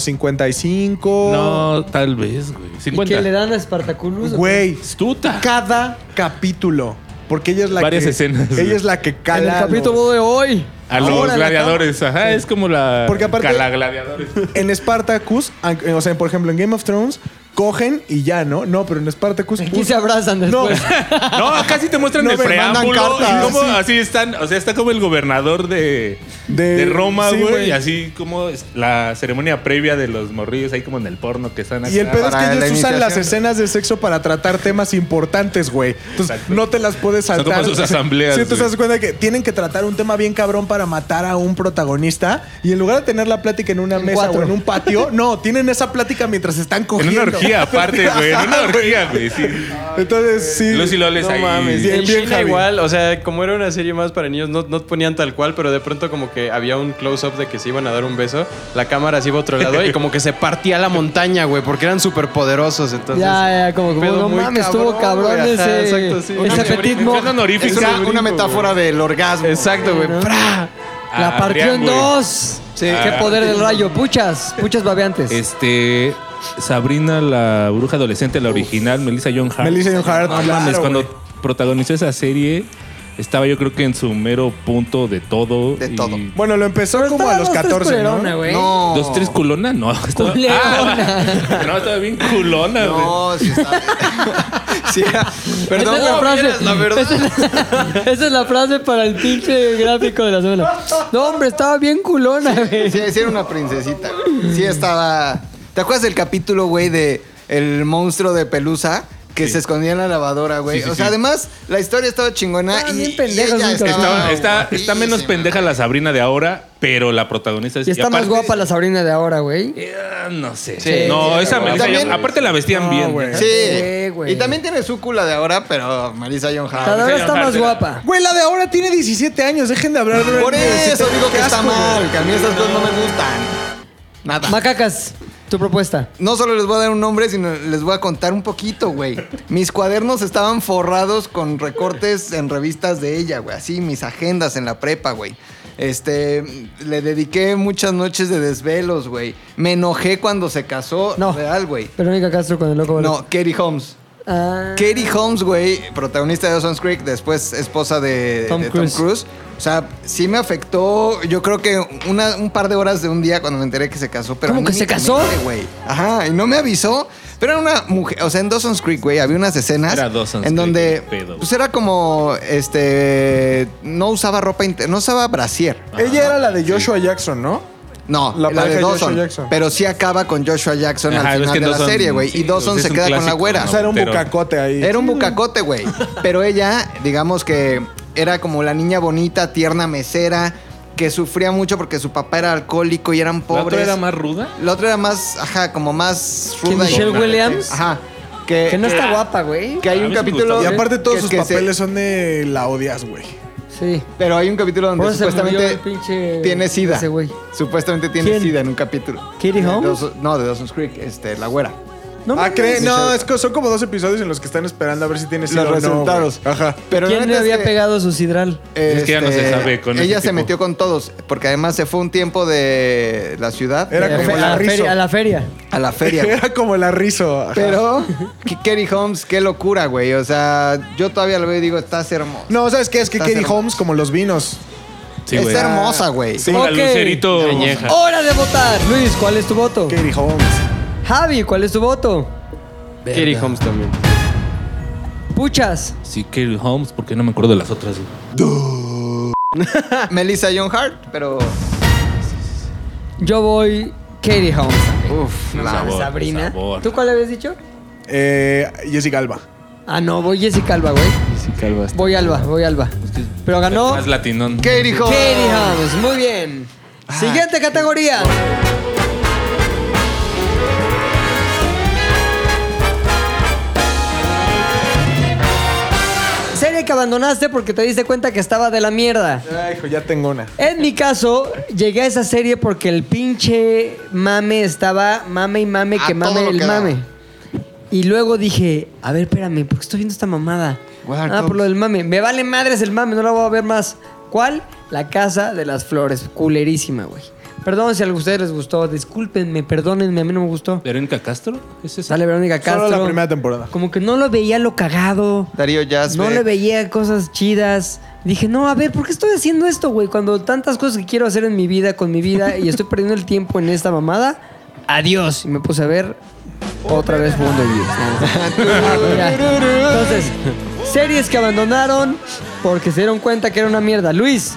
55? No, tal vez, güey. ¿Y 50. qué le dan a Spartaculus? Güey, Tuta. cada capítulo. Porque ella es la Varias que. escenas, Ella güey. es la que En el cala. los- capítulo de hoy. A los Ahora la gladiadores, ajá, es como la Porque aparte- cala gladiadores. En Spartacus, an- eh, o sea, por ejemplo, en Game of Thrones, cogen y ya, ¿no? No, pero en Spartacus. Aquí se abrazan No, después. No, acá sí te muestran No, el pero mandan preámbulo cartas, y cómo sí. así están, o sea, está como el gobernador de, De- de, Roma, sí, güey, güey. y así como es la ceremonia previa de los morrillos ahí como en el porno que están acá. Y el pedo es que Para ellos la usan las iniciación. escenas de sexo para tratar temas importantes, güey. Entonces, no te las puedes Son como saltar. sus asambleas, Sí, entonces güey. das cuenta que tienen que tratar un tema bien cabrón para matar a un protagonista. Y en lugar de tener la plática en una En mesa cuatro. o en un patio, no, tienen esa plática mientras están en cogiendo. una orgía aparte, güey, en una orgía, güey, sí. Entonces, sí. Lucy Loles No ahí. mames, Bien, en bien, China Javi. igual, o sea, como era una serie más para niños, no, no ponían tal cual, pero de pronto como que había un close-up de que se iban a dar un beso, la cámara se iba a otro lado y como que se partía la montaña, güey, porque eran súper poderosos, entonces... ya, ya, como que Pedo no muy mames, estuvo cabrón, cabrón güey, ajá, ese, exacto, sí. ese Una petit Me mog. encanta Es honorífica, una, güey. una metáfora del orgasmo. Exacto, güey. ¿no? ¡pra! La Ah, partió en Adrián, güey. dos. Qué Ah. poder del rayo. Puchas, puchas babeantes. Este Sabrina la bruja adolescente, la original, Melissa John Hart. Melissa Joan Hart, No claro, mames, güey. cuando protagonizó esa serie estaba yo creo que en su mero punto de todo. De y- todo. Bueno, lo empezó como Estaba a los dos, tres 14, ¿no? culerona, güey. No. ¿Dos, tres culona? No. Estaba, Culerona. Ah, no, estaba bien culona, güey. No, sí está. sí, era- Esa perdón, es la güey. frase. Esa es la- Esa es la frase para el pinche gráfico de la novela. No, hombre, estaba bien culona, güey. Sí, sí era una princesita. güey. Sí estaba. ¿Te acuerdas del capítulo, güey, de el monstruo de pelusa? Que se escondía en la lavadora, güey. Sí, sí, o sea, sí. además, la historia estaba chingona. Estaban y, bien y pendejos ella nunca, Estaba- estaba está, está menos guapísima. pendeja la Sabrina de ahora, pero la protagonista es... Y está más aparte- guapa la Sabrina de ahora, güey. Eh, no sé. Sí, no, sí, esa guapa. Melissa También- Joan- Aparte la vestían No, bien. ¿eh? güey. Sí. Sí, güey. y también tiene su cula de ahora, pero Marisa John La de Hart. ahora Melissa está Joan más Hart era- guapa. Güey, la de ahora tiene 17 años. Dejen de hablar de Por eso digo que Qué está asco, güey. mal, que a mí esas cosas no me gustan. Nada. Macacas, tu propuesta. No solo les voy a dar un nombre, sino les voy a contar un poquito, güey. Mis cuadernos estaban forrados con recortes en revistas de ella, güey. Así, mis agendas en la prepa, güey. Este, le dediqué muchas noches de desvelos, güey. Me enojé cuando se casó. No. Real, güey. Verónica Castro con el loco. No, Katie Holmes. Ah. Katie Holmes, güey, protagonista de Dawson's Creek, después esposa de de Tom Tom, Cruise. Cruise. O sea, sí me afectó, yo creo que una- un par de horas de un día cuando me enteré que se casó. Pero ¿Cómo que se casó? anímicamente, güey. Ajá, y no me avisó. Pero era una mujer, o sea, en Dawson's Creek, güey, había unas escenas Era Dawson's en Creek, donde el pedo, güey. pues era como, este, no usaba ropa, inte- no usaba brasier. Ella era la de Joshua Jackson, ¿no? No, La la, pareja de de Joshua Dawson. Jackson. Pero sí acaba con Joshua Jackson Ajá, al es final que de Dawson- la serie, güey. sí, y Dawson es se un queda con la clásico, güera. ¿no? O sea, era un Pero- bucacote ahí. Era un bucacote, güey. Pero ella, digamos que era como la niña bonita, tierna, mesera, que sufría mucho porque su papá era alcohólico y eran ¿La pobres. otra era más ruda? La otra era más, ajá, como más ¿Que ruda. y- Michelle Williams? Ajá. Que, Que no que- está guapa, güey. que hay A un mí sí me capítulo... gustaba. Y aparte todos que- sus que se- papeles son de la odias, güey. Sí. pero hay un capítulo donde Por eso se murió supuestamente el pinche- tiene sida. ese güey. Supuestamente tiene ¿Quién? sida en un capítulo. ¿Katie De Holmes? Dawson- no, de Dawson's Creek, este, la güera. No ah, mames. ¿cree? No, es que son como dos episodios en los que están esperando a ver si tienes Los resultados. Ajá. Pero la ¿Quién le neta es había que- pegado su sidral? Es que ya no se Este, sabe con ese Ella se tipo. metió con todos, porque además se fue un tiempo de la ciudad. Era de- como Eh, a, la la Rizzo. feria, a la feria. A la feria. güey. Era como la rizo. ajá. Pero, K- Katie Holmes, qué locura, güey. O sea, yo todavía lo veo y digo, estás hermosa. No, ¿sabes qué? Es que Estás Katie hermosa. Holmes, como los vinos. Sí, Está güey. hermosa, güey. Sí, la Ok. lucerito. Añeja. Hora de votar. Luis, ¿cuál es tu voto? Katie Holmes. Javi, ¿cuál es tu voto? Katie Holmes también. puchas. Sí, Kerry Holmes, porque no me acuerdo de las otras. güey? Melissa John Hart, pero. Yo voy Katie Holmes. Uf, No la- sabes, sabor, Sabrina. sabor. ¿Tú cuál habías dicho? Eh, Jessica Alba. Ah, no, voy Jessica Alba, güey. Jessica Alba. está Voy Alba, voy Alba. Pero ganó Más latinón. Katie Holmes. Katie Holmes. Muy bien. Siguiente categoría. Serie que abandonaste porque te diste cuenta que estaba de la mierda. Ay, hijo, ya tengo una. En mi caso, llegué a esa serie porque el pinche mame estaba mame y mame A que mame todo lo el que daba. mame. Y luego dije, a ver, espérame, ¿por qué estoy viendo esta mamada? Guarda, ah, por lo del mame. Me vale madres el mame, no la voy a ver más. ¿Cuál? La Casa de las Flores. Culerísima, güey. Perdón si a ustedes les gustó. Discúlpenme, perdónenme, a mí no me gustó. ¿Verónica Castro? ¿Es esa? Sale Verónica Castro. Solo la primera temporada. Como que no lo veía lo cagado. Darío Jazz. No le veía cosas chidas. Dije, no, a ver, ¿por qué estoy haciendo esto, güey? Cuando tantas cosas que quiero hacer en mi vida, con mi vida, y estoy perdiendo el tiempo en esta mamada, adiós. Y me puse a ver otra vez Wonder Years. Ya. Entonces, series que abandonaron porque se dieron cuenta que era una mierda. Luis,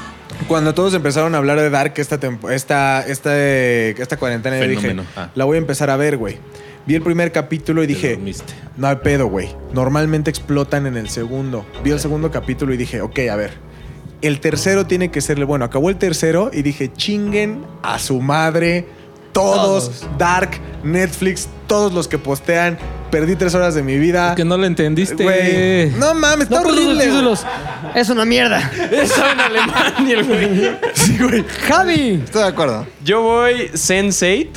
Cuando todos empezaron a hablar de Dark esta, tempo- esta, esta, eh, esta cuarentena, yo dije, Fenómeno. Ah. la voy a empezar a ver, güey. Vi el primer capítulo y dije, dormiste. no hay pedo, güey. Normalmente explotan en el segundo. Vi el segundo capítulo y dije, ok, a ver. El tercero tiene que serle bueno. Acabó el tercero y dije, chinguen a su madre. Todos, Dark, Netflix, todos los que postean. Perdí tres horas de mi vida. Que no lo entendiste. Güey, No mames, está no todos los horrible. güey. títulos. Es una mierda. Eso en Alemania, el güey. Sí, güey. Javi. Estoy de acuerdo. Yo voy Sense8.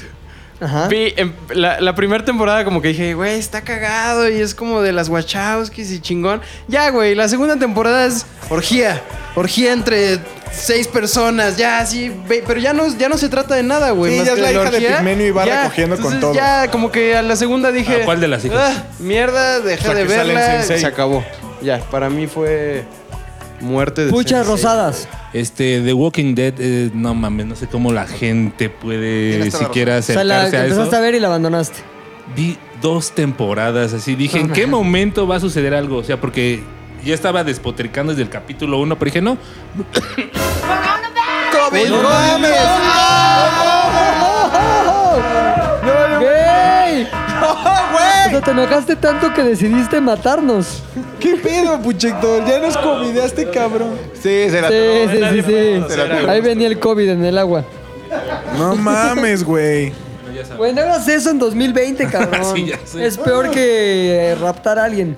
Ajá. Vi em- la, primera temporada como que dije, güey, está cagado y es como de las Wachowskis y chingón. Ya, güey, la segunda temporada es orgía. Orgía entre seis personas, ya, sí. ve- pero ya no, ya no se trata de nada, güey. Sí, más ya que es la de hija de orgía. Pigmenio y Ibarra Ya, cogiendo con entonces todos. Ya, como que a la segunda dije... ¿A cuál de las hijas? "Ah, mierda, dejé La de que sale en verla. Sense8. Se acabó. Ya, para mí fue muerte de Puchas Sense8. rosadas. Este, The Walking Dead, eh, no mames, no sé cómo la gente puede Tienes toda la siquiera O sea, acercarse la a eso. empezaste a ver y la abandonaste. Vi dos temporadas así. Dije, ¿en qué momento va a suceder algo? O sea, porque ya estaba despotricando desde el capítulo 1, pero dije, no. ¡COVID Gómez! ¡Güey! O sea, te enojaste tanto que decidiste matarnos. ¿Qué pedo, Puchector? Ya nos comideaste, cabrón. Sí, se la Sí, sí, sí, se la sí. tomó. Ahí venía el COVID en el agua. No mames, güey. Güey, no hagas eso en 2020, cabrón. Sí, ya sé. Es peor que eh, raptar a alguien.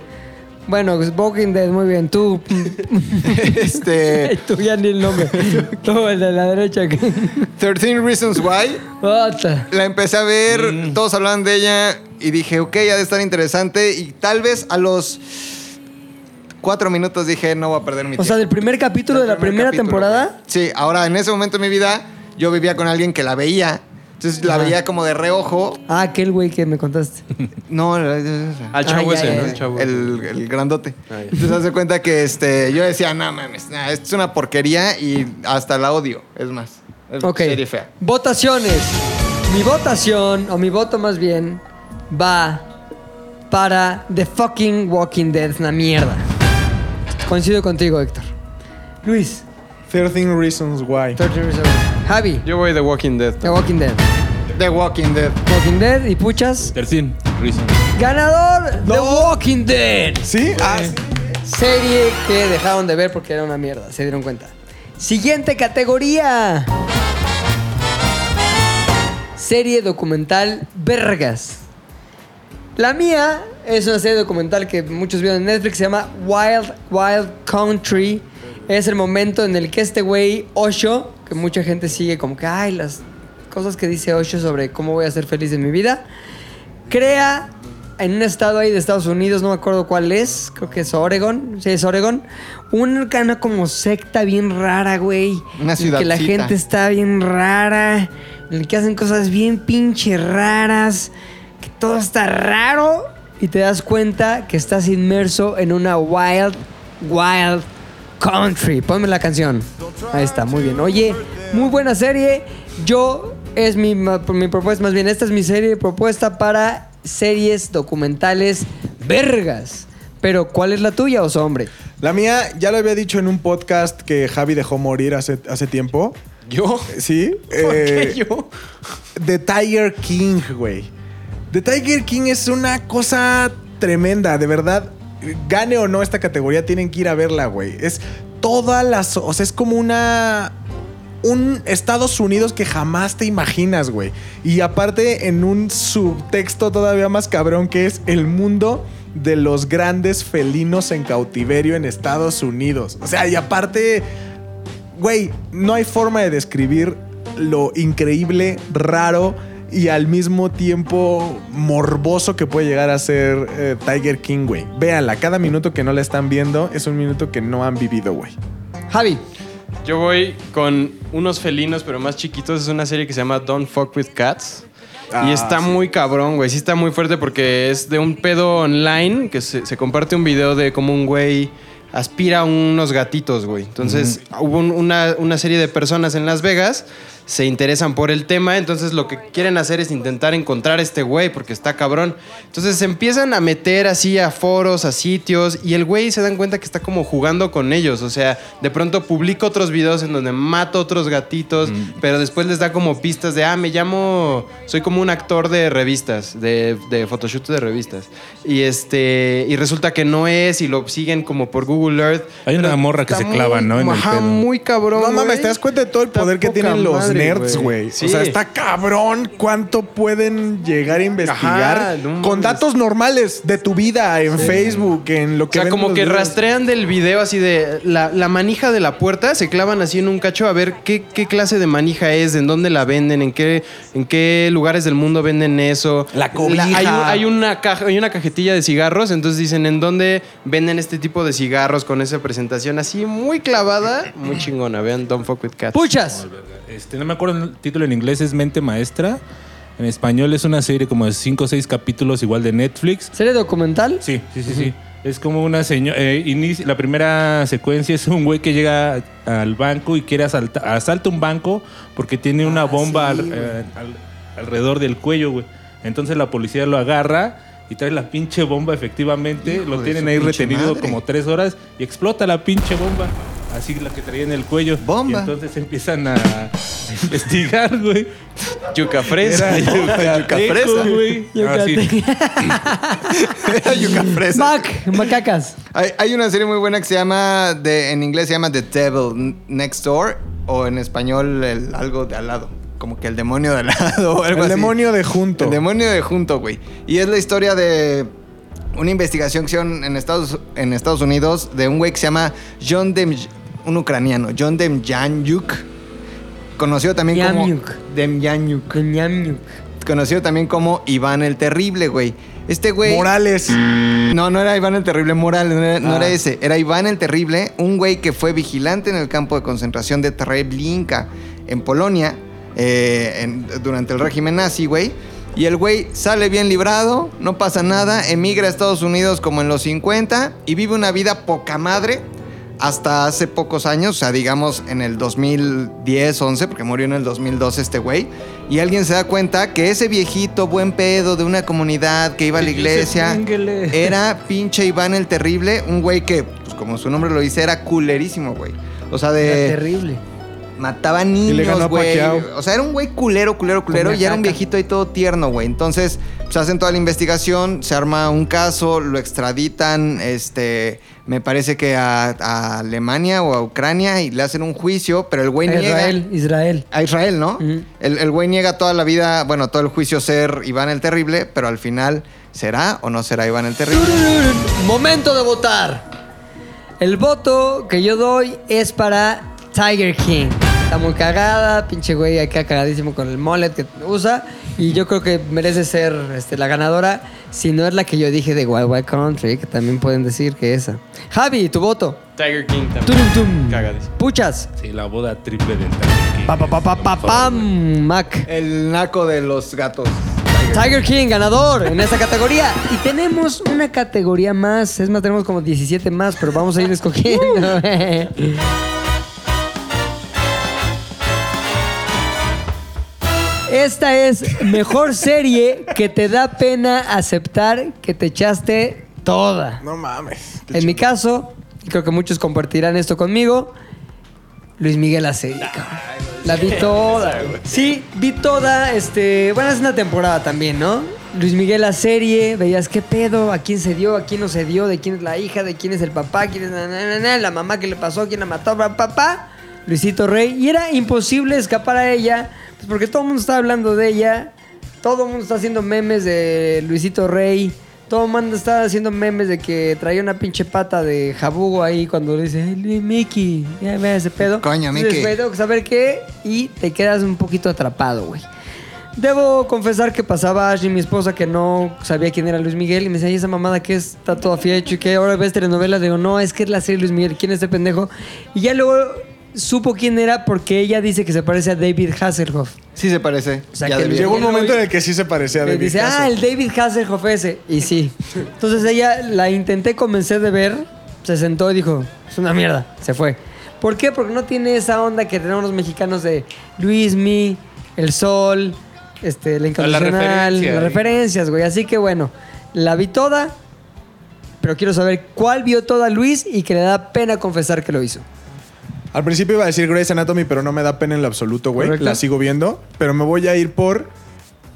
Bueno, pues, Walking Dead, muy bien. Tú, Este. tú ya ni el nombre. Tú, el de la derecha. 13 Reasons Why. Ota. La empecé a ver, Mm. todos hablaban de ella y dije, ok, ha de estar interesante. Y tal vez a los cuatro minutos dije, no voy a perder mi tiempo. O sea, del primer capítulo de la primer primera capítulo, temporada. güey. Sí, ahora en ese momento de mi vida yo vivía con alguien que la veía. Entonces la Ajá. veía como de reojo. Ah, aquel güey que me contaste. No, la- la- la- Al chavo Ah, ya, ese, ya, ¿no? ya. El chavo. Ah, el, el grandote. Entonces hace cuenta que este, yo decía, no mames, nah, esto es una porquería y hasta la odio. Es más, es Ok. serie fea. Votaciones. Mi votación, o mi voto más bien, va para The Fucking Walking Dead. Es una mierda. Coincido contigo, Héctor. Luis. 13 Reasons Why. 13 Reasons Why. Javi. Yo voy The Walking Dead. The Walking Dead. The Walking Dead. Walking Dead y puchas. Tercín, Reason. Ganador The Walking Dead. ¿Sí? Ah, sí. Serie que dejaron de ver porque era una mierda. Se dieron cuenta. Siguiente categoría. Serie documental Vergas. La mía es una serie documental que muchos vieron en Netflix, se llama Wild Wild Country. Es el momento en el que este güey Osho, que mucha gente sigue como que, ay, las cosas que dice Osho sobre cómo voy a ser feliz en mi vida, crea en un estado ahí de Estados Unidos, no me acuerdo cuál es, creo que es Oregon, sí, es Oregon, una, una como secta bien rara, güey. Una en Que la ciudadcita. gente está bien rara, en el que hacen cosas bien pinche raras, que todo está raro y te das cuenta que estás inmerso en una wild, wild country. Ponme la canción. Ahí está, muy bien. Oye, muy buena serie. Yo, es mi, ma- mi propuesta, más bien, esta es mi serie de propuesta para series documentales vergas. Pero, ¿cuál es la tuya, oso hombre? La mía, ya lo había dicho en un podcast que Javi dejó morir hace, hace tiempo. ¿Yo? Sí. ¿Por eh, qué yo? The Tiger King, güey. The Tiger King es una cosa tremenda, de verdad. Gane o no esta categoría, tienen que ir a verla, güey. Es todas las... O sea, es como una... Un Estados Unidos que jamás te imaginas, güey. Y aparte en un subtexto todavía más cabrón que es el mundo de los grandes felinos en cautiverio en Estados Unidos. O sea, y aparte... Güey, no hay forma de describir lo increíble, raro y al mismo tiempo morboso que puede llegar a ser eh, Tiger King, güey. Véanla, cada minuto que no la están viendo es un minuto que no han vivido, güey. Javi. Yo voy con unos felinos, pero más chiquitos. Es una serie que se llama Don't Fuck with Cats. y está muy cabrón, güey. Sí está muy fuerte porque es de un pedo online que se, se comparte un video de cómo un güey aspira a unos gatitos, güey. Entonces hubo un- una, una serie de personas en Las Vegas, se interesan por el tema, entonces lo que quieren hacer es intentar encontrar a este güey porque está cabrón. Entonces se empiezan a meter así a foros, a sitios, y el güey se dan cuenta que está como jugando con ellos. O sea, de pronto publica otros videos en donde mato otros gatitos, Mm. pero después les da como pistas de, ah, me llamo, soy como un actor de revistas, de, de photoshoot de revistas. Y este, y resulta que no es, y lo siguen como por Google Earth. Hay una Pero morra que está se clava, ¿no? En el ajá, pedo. muy cabrón. No mames, güey. ¿te das cuenta de todo el Está poder que poca tienen los madre, nerds, güey? Sí. O sea, está cabrón cuánto pueden llegar a investigar Ajá, no con mames. datos normales de tu vida en Facebook, en lo O que... sea, ven como los que videos. rastrean del video así de la, la manija de la puerta, se clavan así en un cacho a ver qué, qué clase de manija es, en dónde la venden, en qué, en qué lugares del mundo venden eso. La cobija. hay, un- hay una caja, hay una cajetilla de cigarros, entonces dicen en dónde venden este tipo de cigarros con esa presentación así muy clavada, muy chingona. Vean, don't fuck with cats. Puchas. Este, no me acuerdo el título en inglés, es Mente Maestra. En español es una serie como de 5 o 6 capítulos, igual de Netflix. ¿Serie documental? Sí, sí, sí, sí. Es como una señora. la primera secuencia es un güey que llega al banco y quiere asaltar. Asalta un banco porque tiene una Ah, bomba al- eh, al- alrededor del cuello, güey. Entonces la policía lo agarra y trae la pinche bomba, efectivamente. lo de tienen su ahí pinche retenido madre. como tres horas y explota la pinche bomba. Así la que traía en el cuello. Bomba. Y entonces empiezan a investigar, güey. Yuca fresa. Era yucateco, güey. Ah, sí. Yuca fresa. Mac, macacas. Hay, hay una serie muy buena que se llama, de- en inglés se llama The Devil Next Door, o en español el- algo de al lado, como que el demonio de al lado o algo El así. demonio de junto. El demonio de junto, güey. Y es la historia de una investigación que hicieron en Estados, en Estados Unidos de un güey que se llama John Dem... Un ucraniano, John Demjanjuk, conocido también como... Yamyuk. Demjanjuk. Ñam. Conocido también como Iván el Terrible, güey. Este güey... Morales. No, no era Iván el Terrible Morales, no era, no era ese. Era Iván el Terrible, un güey que fue vigilante en el campo de concentración de Treblinka, en Polonia, eh, en- durante el régimen nazi, güey. Y el güey sale bien librado, no pasa nada, emigra a Estados Unidos como en los 50 y vive una vida poca madre hasta hace pocos años, o sea, digamos en el 2010, 11, porque murió en el 2012 este güey. Y alguien se da cuenta que ese viejito buen pedo de una comunidad que iba a la iglesia era pinche Iván el Terrible, un güey que, pues como su nombre lo dice, era culerísimo, güey. O sea, Eh, de. Terrible. Mataba le ganó niños, a güey. Pacquiao. O sea, era un güey culero, culero, culero. Comía Y era un caca. viejito ahí todo tierno, güey. Entonces, pues hacen toda la investigación, se arma un caso, lo extraditan, este. Me parece que a, a Alemania o a Ucrania y le hacen un juicio, pero el güey niega. Israel, Israel. A Israel, ¿no? Ujú. El el güey niega toda la vida, bueno, todo el juicio ser Iván el Terrible, pero al final, ¿será o no será Iván el Terrible? Momento de votar. El voto que yo doy es para Tiger King. Está muy cagada, pinche güey acá cagadísimo con el mullet que usa. Y yo creo que merece ser este, la ganadora, si no es la que yo dije de Wild Wild Country, que también pueden decir que esa. Javi, tu voto. Tiger King también. Turum, tum. Cagadísimo. Puchas. Sí, la boda triple del Tiger King. Pa, pa, pa, pa, pa, pam, Mac. El naco de los gatos. Tiger King, ganador en esta categoría. Y tenemos una categoría más. Es más, tenemos como 17 más, pero vamos a ir escogiendo. Esta es mejor serie que te da pena aceptar que te echaste toda. No mames. En mi caso, y creo que muchos compartirán esto conmigo, Luis Miguel Acevedo. La vi toda. Sí, vi toda, este, bueno, es una temporada también, ¿no? Luis Miguel la serie, veías qué pedo, a quién se dio, a quién no se dio, de quién es la hija, de quién es el papá, quién es na, na, na, na, la mamá que le pasó, quién la mató, papá, papá, Luisito Rey. Y era imposible escapar a ella, pues porque todo el mundo está hablando de ella, todo el mundo está haciendo memes de Luisito Rey. Todo el mundo está haciendo memes de que traía una pinche pata de jabugo ahí cuando le dice, "Ay, Luis Mickey, ya ve ese pedo. Coño, Entonces, Mickey. güey, tengo que saber qué y te quedas un poquito atrapado, güey. Debo confesar que pasaba Ashley, mi esposa, que no sabía quién era Luis Miguel, y me decía, "Ay, esa mamada que es? está toda hecho y que ahora ves telenovelas. Digo, no, es que es la serie Luis Miguel, ¿quién es este pendejo? Y ya luego supo quién era porque ella dice que se parece a David Hasselhoff. Sí se parece. O sea, Ya que debía. Llegó un Ya lo momento vi. en el que sí se parecía a Le David dice, Hasselhoff. ah, el David Hasselhoff ese. Y sí. Entonces ella la intenté convencer de ver, se sentó y dijo, es una mierda, se fue. ¿Por qué? Porque no tiene esa onda que tenemos los mexicanos de Luismi, El Sol, este, la Incondicional, referencia, las eh. referencias, güey. Así que bueno, la vi toda, pero quiero saber cuál vio toda Luis y que le da pena confesar que lo hizo. Al principio iba a decir Grey's Anatomy, pero no me da pena en lo absoluto, güey. Correcto. La sigo viendo. Pero me voy a ir por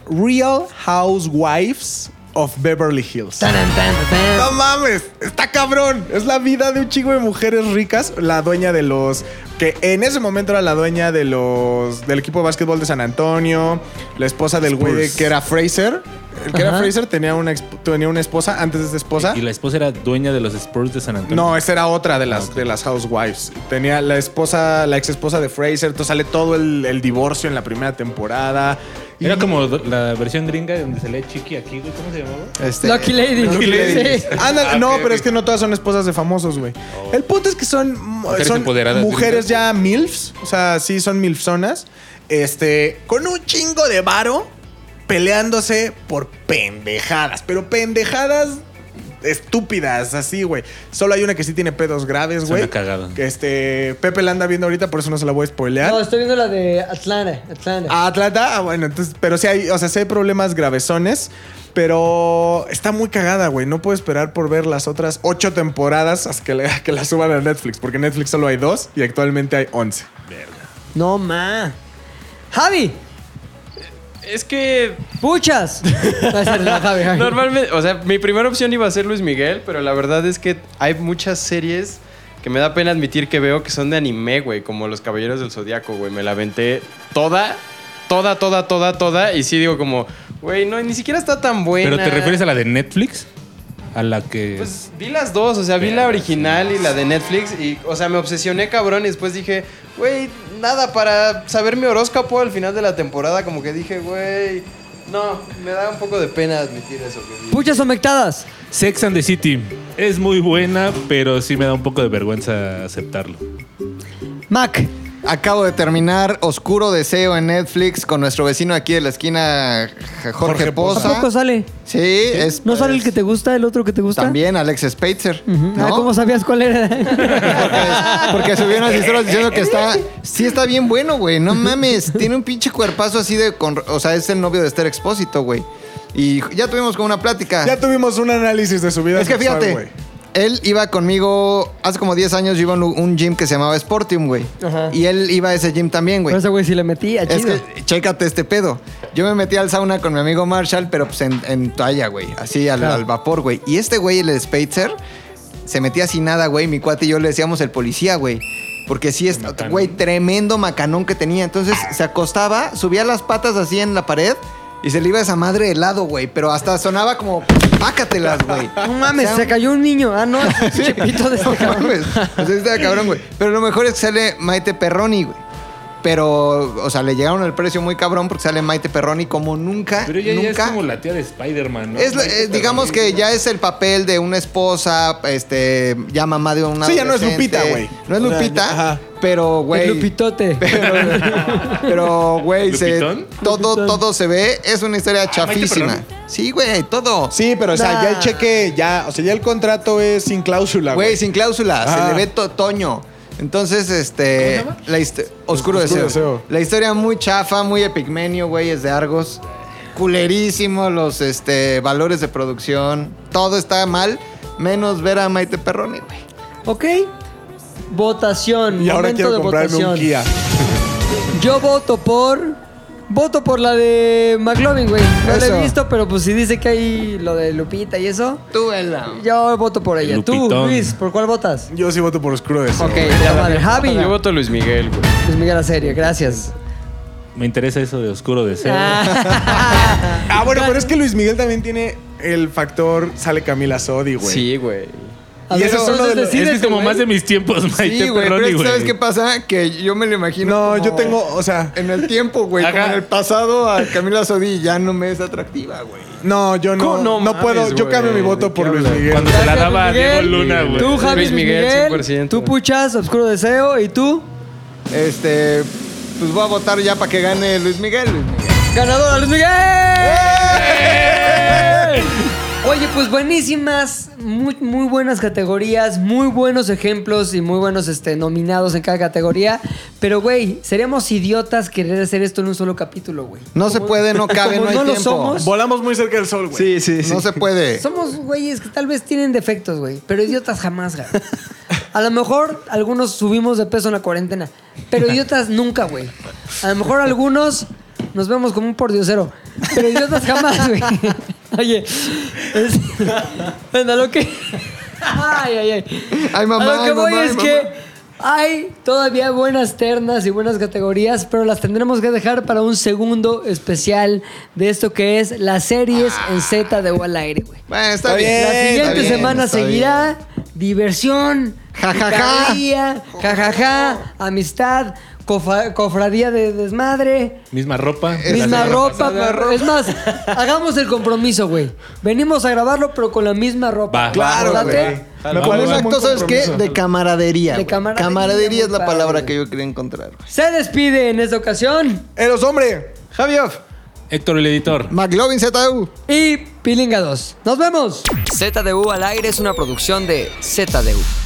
Real Housewives of Beverly Hills. Taran, tan, tan. ¡No mames! ¡Está cabrón! Es la vida de un chico de mujeres ricas, la dueña de los. que en ese momento era la dueña de los. del equipo de básquetbol de San Antonio, la esposa del güey de- que era Fraser. El que era Ajá. Fraser tenía una, exp- tenía una esposa antes de esta ¿Ah? esposa. Y la esposa era dueña de los Spurs de San Antonio. No, esa era otra de las, de las housewives. Tenía la esposa, la ex esposa de Fraser. Entonces sale todo el, el divorcio en la primera temporada. Y- Era como do- la versión gringa donde se lee chiqui aquí, güey. ¿Cómo se llamaba? Este, Lucky Lady. Lucky Lady. Sí. Ándale, Ah, no, pero es que no todas son esposas de famosos, güey. El punto es que son, Oh. Mujeres son empoderadas, mujeres gringas. ya MILFs, o sea, sí son MILFzonas, este, con un chingo de varo peleándose por pendejadas, pero pendejadas estúpidas, así, güey. Solo hay una que sí tiene pedos graves, Suena güey. cagado. Que este, Pepe la anda viendo ahorita, por eso no se la voy a spoilear. No, estoy viendo la de Atlanta. Atlanta. A Atlanta, ah, bueno, entonces, pero sí hay, o sea, sí hay problemas gravesones, pero está muy cagada, güey. No puedo esperar por ver las otras ocho temporadas hasta que, le- que las suban a Netflix, porque en Netflix solo hay dos y actualmente hay once. No, ma. Javi, Es que puchas. No, esa es la Javi, Javi. Normalmente, o sea, mi primera opción iba a ser Luis Miguel, pero la verdad es que hay muchas series que me da pena admitir que veo que son de anime, güey, como Los Caballeros del Zodiaco, güey. Me la aventé toda, toda, toda, toda, toda. Y sí digo como, güey, no, ni siquiera está tan buena. ¿Pero te refieres a la de Netflix? A la que... Pues vi las dos, o sea, vi la original y la de Netflix y, o sea, me obsesioné cabrón y después dije, güey, nada, para saber mi horóscopo al final de la temporada, como que dije, güey, no, me da un poco de pena admitir eso. Que vi. Puchas omectadas. Sex and the City. Es muy buena, pero sí me da un poco de vergüenza aceptarlo. Mac. Acabo de terminar Oscuro Deseo en Netflix con nuestro vecino aquí de la esquina, J- Jorge, Jorge Poza. Poza. ¿Tampoco sale? Sí, es. ¿No sale el es- que te gusta, el otro que te gusta? También Alex Spitzer. Ujú. Ah, ¿no? ¿Cómo sabías cuál era? Porque, porque subió unas historias diciendo que está. Sí, está bien bueno, güey. No mames. Tiene un pinche cuerpazo así de. con- o sea, es el novio de Esther Expósito, güey. Y ya tuvimos como una plática. Ya tuvimos un análisis de su vida. Ah. Es que sexual, fíjate, güey. él iba conmigo hace como 10 años. Yo iba a un- un gym que se llamaba Sportium, güey. Ajá. Y él iba a ese gym también, güey. Pero ese güey sí le metía, Es chido. que, chécate este pedo. Yo me metí al sauna con mi amigo Marshall, pero pues en, en toalla, güey. Así al, Claro. al vapor, güey. Y este güey, el Spitzer, se metía sin nada, güey. Mi cuate y yo le decíamos el policía, güey. Porque sí, es, güey, tremendo macanón que tenía. Entonces se acostaba, subía las patas así en la pared y se le iba esa madre de lado, güey. Pero hasta sonaba como, pácatelas, güey. No mames, O sea, se cayó un niño. Ah, no, chipito de este no cabrón. mames. O sea, está cabrón, güey. Pero lo mejor es que sale Maite Perroni, güey. Pero, o sea, le llegaron el precio muy cabrón porque sale Maite Perroni como nunca. Pero ella ya nunca. es como la tía de Spider-Man, ¿no? Es la- eh, digamos que ya es el papel de una esposa, este, ya mamá de una. Sí, ya no es adolescente. Lupita, güey. No es O sea, Lupita, ya- ajá. pero, El güey. Lupitote. Pero, pero, güey, se- ¿Lupitón? Ah, todo, Lupitón. todo se ve. Es una historia chafísima. Perroni. Sí, güey, todo. Sí, pero o sea, Nah. ya el cheque, ya, o sea, ya el contrato es sin cláusula, Güey, güey. sin cláusula, Ah. se le ve to- Toño. Entonces, este. La histo- Oscuro, Oscuro deseo. Deseo. La historia muy chafa, muy epigmenio, güey, es de Argos. Culerísimo los este, valores de producción. Todo está mal. menos ver a Maite Perroni, güey. Ok. Votación. Y ahora Momento quiero de comprarme votación. un Kia. Yo voto por. Voto por la de McLovin, güey. No la Eso. he visto, pero pues si dice que hay lo de Lupita y eso, Tú, vela. yo voto por ella. Tú, Lupitón. Luis, ¿por cuál votas? Yo sí voto por Scrooge. Ok, la madre. Javi. Yo voto Luis Miguel, güey. Luis Miguel la serie, gracias. Ah. Me interesa eso de oscuro deseo. Ah, bueno, pero es que Luis Miguel también tiene el factor sale Camila Sodi, güey. Sí, güey. A Y ver, ese es uno entonces de los- es que decídete, es como güey. más de mis tiempos, Maite Sí, güey, pero Perroni, es que güey. ¿sabes qué pasa? Que yo me lo imagino. No, yo como tengo, o sea, En el tiempo, güey. Ajá. Como en el pasado a Camila Sodi ya no me es atractiva, güey. no, yo no, ¿Cómo no no, mames, puedo, yo güey? cambio mi ¿De voto por qué Luis hablas? Miguel. Cuando se la Gracias, daba a Luis Diego Miguel. Luna, güey. Tú, Javi, Luis Luis Miguel, Miguel. 100%. Tú, Puchas, Obscuro Deseo. Y tú, Este, pues voy a votar ya para que gane Luis Miguel. Luis Miguel. ganadora, Luis Miguel. Oye, pues buenísimas, muy, muy buenas categorías, muy buenos ejemplos y muy buenos este, nominados en cada categoría. Pero, güey, seríamos idiotas querer hacer esto en un solo capítulo, güey. No se puede, no cabe, como no hay no lo tiempo. somos, Volamos muy cerca del sol, güey. Sí, sí, No se puede. Somos güeyes que tal vez tienen defectos, güey, pero idiotas jamás, güey. A lo mejor algunos subimos de peso en la cuarentena, pero idiotas nunca, güey. A lo mejor algunos nos vemos como un pordiosero, pero idiotas jamás, güey. Oye, es... bueno, lo que... Ay, ay, ay. Ay, mamá, A lo que ay, voy mamá, ay, es mamá. que hay todavía buenas ternas y buenas categorías, pero las tendremos que dejar para un segundo especial de esto que es las series Ah. en Z de O al aire, güey. Bueno, Está está, bien. bien, La está siguiente está bien, semana está seguirá diversión, Ja, ja, ja. picardía, ja, ja, ja, amistad, cofa- cofradía de desmadre. Misma ropa. Misma semana ropa, pasada, perro. ropa. es más, hagamos el compromiso, güey. Venimos a grabarlo, pero con la misma ropa. Va, Claro, Acordate, güey. Jalo, Me Como parece vamos. un muy acto, ¿sabes qué? compromiso. De camaradería. De güey. camaradería, camaradería. es muy la palabra padre. que yo quería encontrar. güey. Se despide en esta ocasión Eros, hombre. Javioff, Héctor el editor. McLovin ZU. y Pilinga 2. ¡Nos vemos! ZDU al aire es una producción de ZDU.